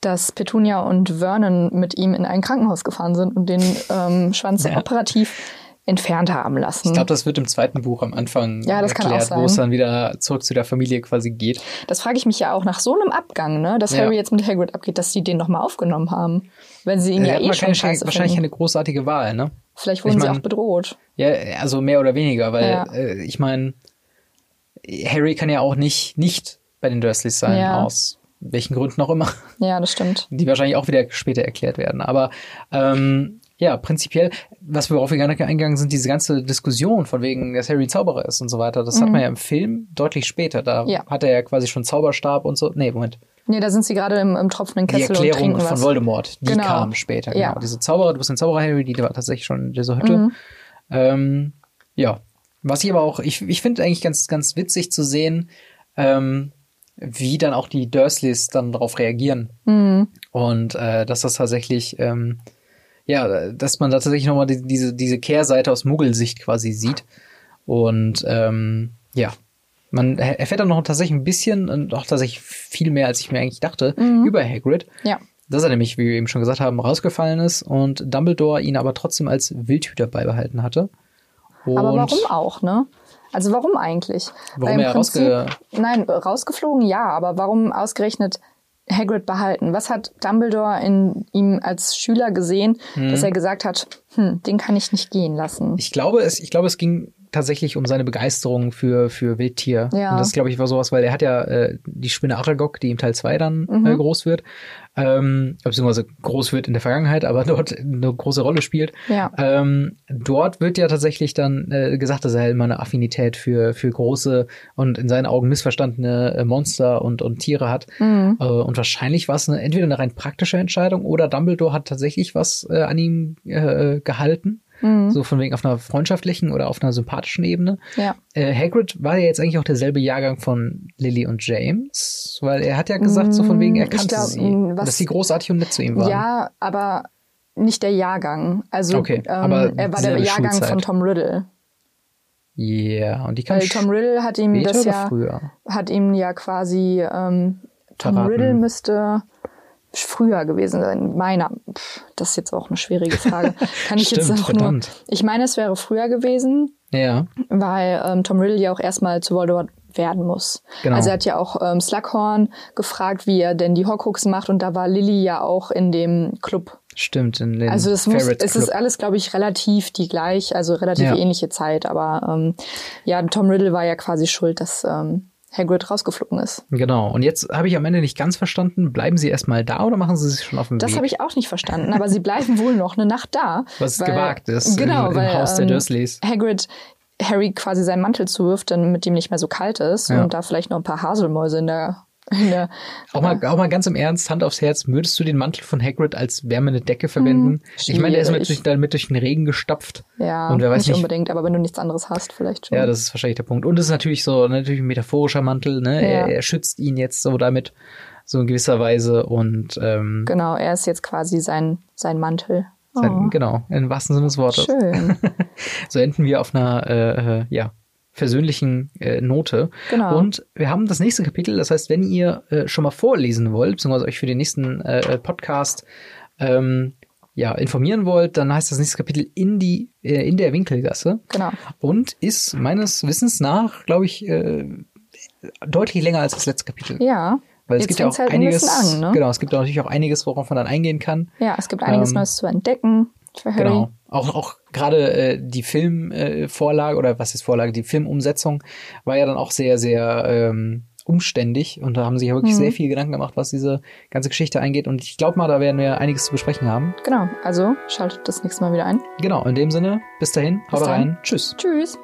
Speaker 1: dass Petunia und Vernon mit ihm in ein Krankenhaus gefahren sind und den ähm, Schwanz
Speaker 2: Ja.
Speaker 1: operativ entfernt haben lassen.
Speaker 2: Ich glaube, das wird im zweiten Buch am Anfang
Speaker 1: Mhm. Ja, das kann auch
Speaker 2: erklärt, wo es
Speaker 1: sein.
Speaker 2: dann wieder zurück zu der Familie quasi geht.
Speaker 1: Das frage ich mich ja auch nach so einem Abgang, ne, dass
Speaker 2: Ja.
Speaker 1: Harry jetzt mit Hagrid abgeht, dass sie den nochmal aufgenommen haben. Wenn sie ihn
Speaker 2: Äh, Er
Speaker 1: ja,
Speaker 2: hat
Speaker 1: eh
Speaker 2: man
Speaker 1: schon
Speaker 2: keine,
Speaker 1: scheiße
Speaker 2: wahrscheinlich
Speaker 1: finden.
Speaker 2: eine großartige Wahl, ne?
Speaker 1: Vielleicht wurden
Speaker 2: ich
Speaker 1: sie
Speaker 2: mein-
Speaker 1: auch bedroht.
Speaker 2: Ja, also mehr oder weniger, weil
Speaker 1: Ja.
Speaker 2: äh, ich meine, Harry kann ja auch nicht nicht bei den Dursleys sein,
Speaker 1: Ja.
Speaker 2: aus welchen Gründen auch immer,
Speaker 1: Ja, das stimmt.
Speaker 2: die wahrscheinlich auch wieder später erklärt werden. Aber ähm, ja, prinzipiell, was worauf wir gar nicht eingegangen sind, diese ganze Diskussion von wegen, dass Harry Zauberer ist und so weiter, das hat man ja im Film deutlich später. Da
Speaker 1: Mhm. Ja.
Speaker 2: hat er ja quasi schon Zauberstab und so. Nee, Moment.
Speaker 1: Nee, da sind sie gerade im, im tropfenden
Speaker 2: Die
Speaker 1: Kessel und
Speaker 2: Erklärung
Speaker 1: trinken
Speaker 2: von
Speaker 1: was.
Speaker 2: Voldemort, die
Speaker 1: Genau.
Speaker 2: kam später. Genau.
Speaker 1: Ja. Mhm.
Speaker 2: Diese Zauberer, du bist ein Zauberer, Harry, die war tatsächlich schon in dieser Hütte. Ähm, ja. Was ich aber auch, ich, ich finde eigentlich ganz, ganz witzig zu sehen, ähm, wie dann auch die Dursleys dann darauf reagieren.
Speaker 1: Mhm.
Speaker 2: Und äh, dass das tatsächlich, ähm, ja, dass man da tatsächlich nochmal die, diese, diese Kehrseite aus Muggelsicht quasi sieht. Und ähm, ja, man er- erfährt dann noch tatsächlich ein bisschen und auch tatsächlich viel mehr, als ich mir eigentlich dachte, über Hagrid.
Speaker 1: Mhm. Ja.
Speaker 2: Dass er nämlich, wie wir eben schon gesagt haben, rausgefallen ist und Dumbledore ihn aber trotzdem als Wildhüter beibehalten hatte. Und
Speaker 1: Aber warum auch, ne? Also warum eigentlich?
Speaker 2: Warum
Speaker 1: im
Speaker 2: er rausge-
Speaker 1: Nein, rausgeflogen ja, aber warum ausgerechnet Hagrid behalten? Was hat Dumbledore in ihm als Schüler gesehen, dass er gesagt hat, hm, den kann ich nicht gehen lassen?
Speaker 2: Ich glaube, es, ich glaube, es ging tatsächlich um seine Begeisterung für, für Wildtier.
Speaker 1: Ja.
Speaker 2: Und das, glaube ich, war sowas, weil er hat ja äh, die Spinne Aragog, die im Teil 2 dann
Speaker 1: Mhm.
Speaker 2: äh, groß wird, ähm, beziehungsweise groß wird in der Vergangenheit, aber dort eine große Rolle spielt.
Speaker 1: Ja.
Speaker 2: Ähm, dort wird ja tatsächlich dann äh, gesagt, dass er immer eine Affinität für, für große und in seinen Augen missverstandene äh, Monster und, und Tiere hat.
Speaker 1: Mhm.
Speaker 2: Äh, und wahrscheinlich war es eine, entweder eine rein praktische Entscheidung oder Dumbledore hat tatsächlich was äh, an ihm äh, gehalten.
Speaker 1: Mhm.
Speaker 2: So von wegen auf einer freundschaftlichen oder auf einer sympathischen Ebene.
Speaker 1: Ja.
Speaker 2: Äh, Hagrid war ja jetzt eigentlich auch derselbe Jahrgang von Lily und James, weil er hat ja gesagt, so von wegen, er
Speaker 1: ich
Speaker 2: kannte
Speaker 1: glaub,
Speaker 2: sie.
Speaker 1: mm, was-
Speaker 2: dass sie großartig und nett zu ihm waren.
Speaker 1: Ja, aber nicht der Jahrgang. Also
Speaker 2: Okay,
Speaker 1: ähm,
Speaker 2: aber
Speaker 1: er war der
Speaker 2: dieselbe
Speaker 1: Jahrgang
Speaker 2: Schulzeit.
Speaker 1: von Tom Riddle.
Speaker 2: Ja, und die kam
Speaker 1: Weil Tom Riddle hat ihm
Speaker 2: später
Speaker 1: das
Speaker 2: oder
Speaker 1: ja
Speaker 2: früher?
Speaker 1: hat ihm ja quasi ähm, Tom
Speaker 2: Verraten.
Speaker 1: Riddle müsste früher gewesen sein. Meiner, pff, das ist jetzt auch eine schwierige Frage. Kann ich jetzt
Speaker 2: Stimmt,
Speaker 1: auch
Speaker 2: verdammt.
Speaker 1: nur. Ich meine, es wäre früher gewesen,
Speaker 2: Ja.
Speaker 1: weil ähm, Tom Riddle ja auch erstmal zu Voldemort werden muss.
Speaker 2: Genau.
Speaker 1: Also er hat ja auch ähm, Slughorn gefragt, wie er denn die Horcrux macht und da war Lily ja auch in dem Club.
Speaker 2: Stimmt, in den
Speaker 1: Also es, muss,
Speaker 2: Ferret
Speaker 1: es ist
Speaker 2: Club.
Speaker 1: alles, glaube ich, relativ die gleich, also relativ
Speaker 2: Ja.
Speaker 1: ähnliche Zeit. Aber ähm, ja, Tom Riddle war ja quasi schuld, dass ähm, Hagrid rausgeflogen ist.
Speaker 2: Genau. Und jetzt habe ich am Ende nicht ganz verstanden, bleiben sie erstmal da oder machen sie sich schon auf den
Speaker 1: Das
Speaker 2: Weg?
Speaker 1: habe ich auch nicht verstanden, aber sie bleiben wohl noch eine Nacht da.
Speaker 2: Was
Speaker 1: weil-
Speaker 2: gewagt ist
Speaker 1: genau,
Speaker 2: im- im
Speaker 1: weil,
Speaker 2: Haus der
Speaker 1: ähm,
Speaker 2: Dursleys.
Speaker 1: Hagrid Harry quasi seinen Mantel zuwirft, damit ihm nicht mehr so kalt ist
Speaker 2: Ja.
Speaker 1: und da vielleicht noch ein paar Haselmäuse in der, in der
Speaker 2: auch, mal, auch mal ganz im Ernst, Hand aufs Herz, würdest du den Mantel von Hagrid als wärmende Decke verwenden? ich meine, der ist mit
Speaker 1: Hm, schwierig.
Speaker 2: durch, damit durch den Regen gestapft.
Speaker 1: ja,
Speaker 2: und wer weiß
Speaker 1: nicht,
Speaker 2: nicht,
Speaker 1: unbedingt, aber wenn du nichts anderes hast, vielleicht schon.
Speaker 2: ja, das ist wahrscheinlich der Punkt. Und es ist natürlich so, ne, natürlich ein metaphorischer Mantel, ne?
Speaker 1: Ja.
Speaker 2: Er, er schützt ihn jetzt so damit, so in gewisser Weise und ähm,
Speaker 1: genau, er ist jetzt quasi sein, sein Mantel. Oh,
Speaker 2: sein, genau, im wahrsten Sinne des Wortes.
Speaker 1: schön.
Speaker 2: So enden wir auf einer äh, äh, ja, versöhnlichen äh, Note.
Speaker 1: Genau.
Speaker 2: Und wir haben das nächste Kapitel. Das heißt, wenn ihr äh, schon mal vorlesen wollt, beziehungsweise euch für den nächsten äh, äh, Podcast ähm, ja, informieren wollt, dann heißt das nächste Kapitel in, die, äh, in der Winkelgasse.
Speaker 1: Genau.
Speaker 2: Und ist meines Wissens nach, glaube ich, äh, deutlich länger als das letzte Kapitel.
Speaker 1: Ja.
Speaker 2: Weil es
Speaker 1: jetzt
Speaker 2: gibt ja auch
Speaker 1: fängt's halt ein
Speaker 2: einiges,
Speaker 1: bisschen an, ne?
Speaker 2: genau, es gibt auch natürlich auch einiges, worauf man dann eingehen kann.
Speaker 1: Ja, es gibt einiges
Speaker 2: Ähm,
Speaker 1: Neues zu entdecken für Harry.
Speaker 2: Genau. Auch, auch gerade äh, die Filmvorlage äh, Vorlage, oder was ist Vorlage, die Filmumsetzung war ja dann auch sehr, sehr ähm, umständig und da haben sich ja wirklich
Speaker 1: Mhm.
Speaker 2: sehr viel Gedanken gemacht, was diese ganze Geschichte eingeht. Und ich glaube mal, da werden wir einiges zu besprechen haben.
Speaker 1: Genau. Also schaltet das nächste Mal wieder ein.
Speaker 2: Genau, in dem Sinne, bis dahin, haut
Speaker 1: dann.
Speaker 2: rein, tschüss.
Speaker 1: Tschüss.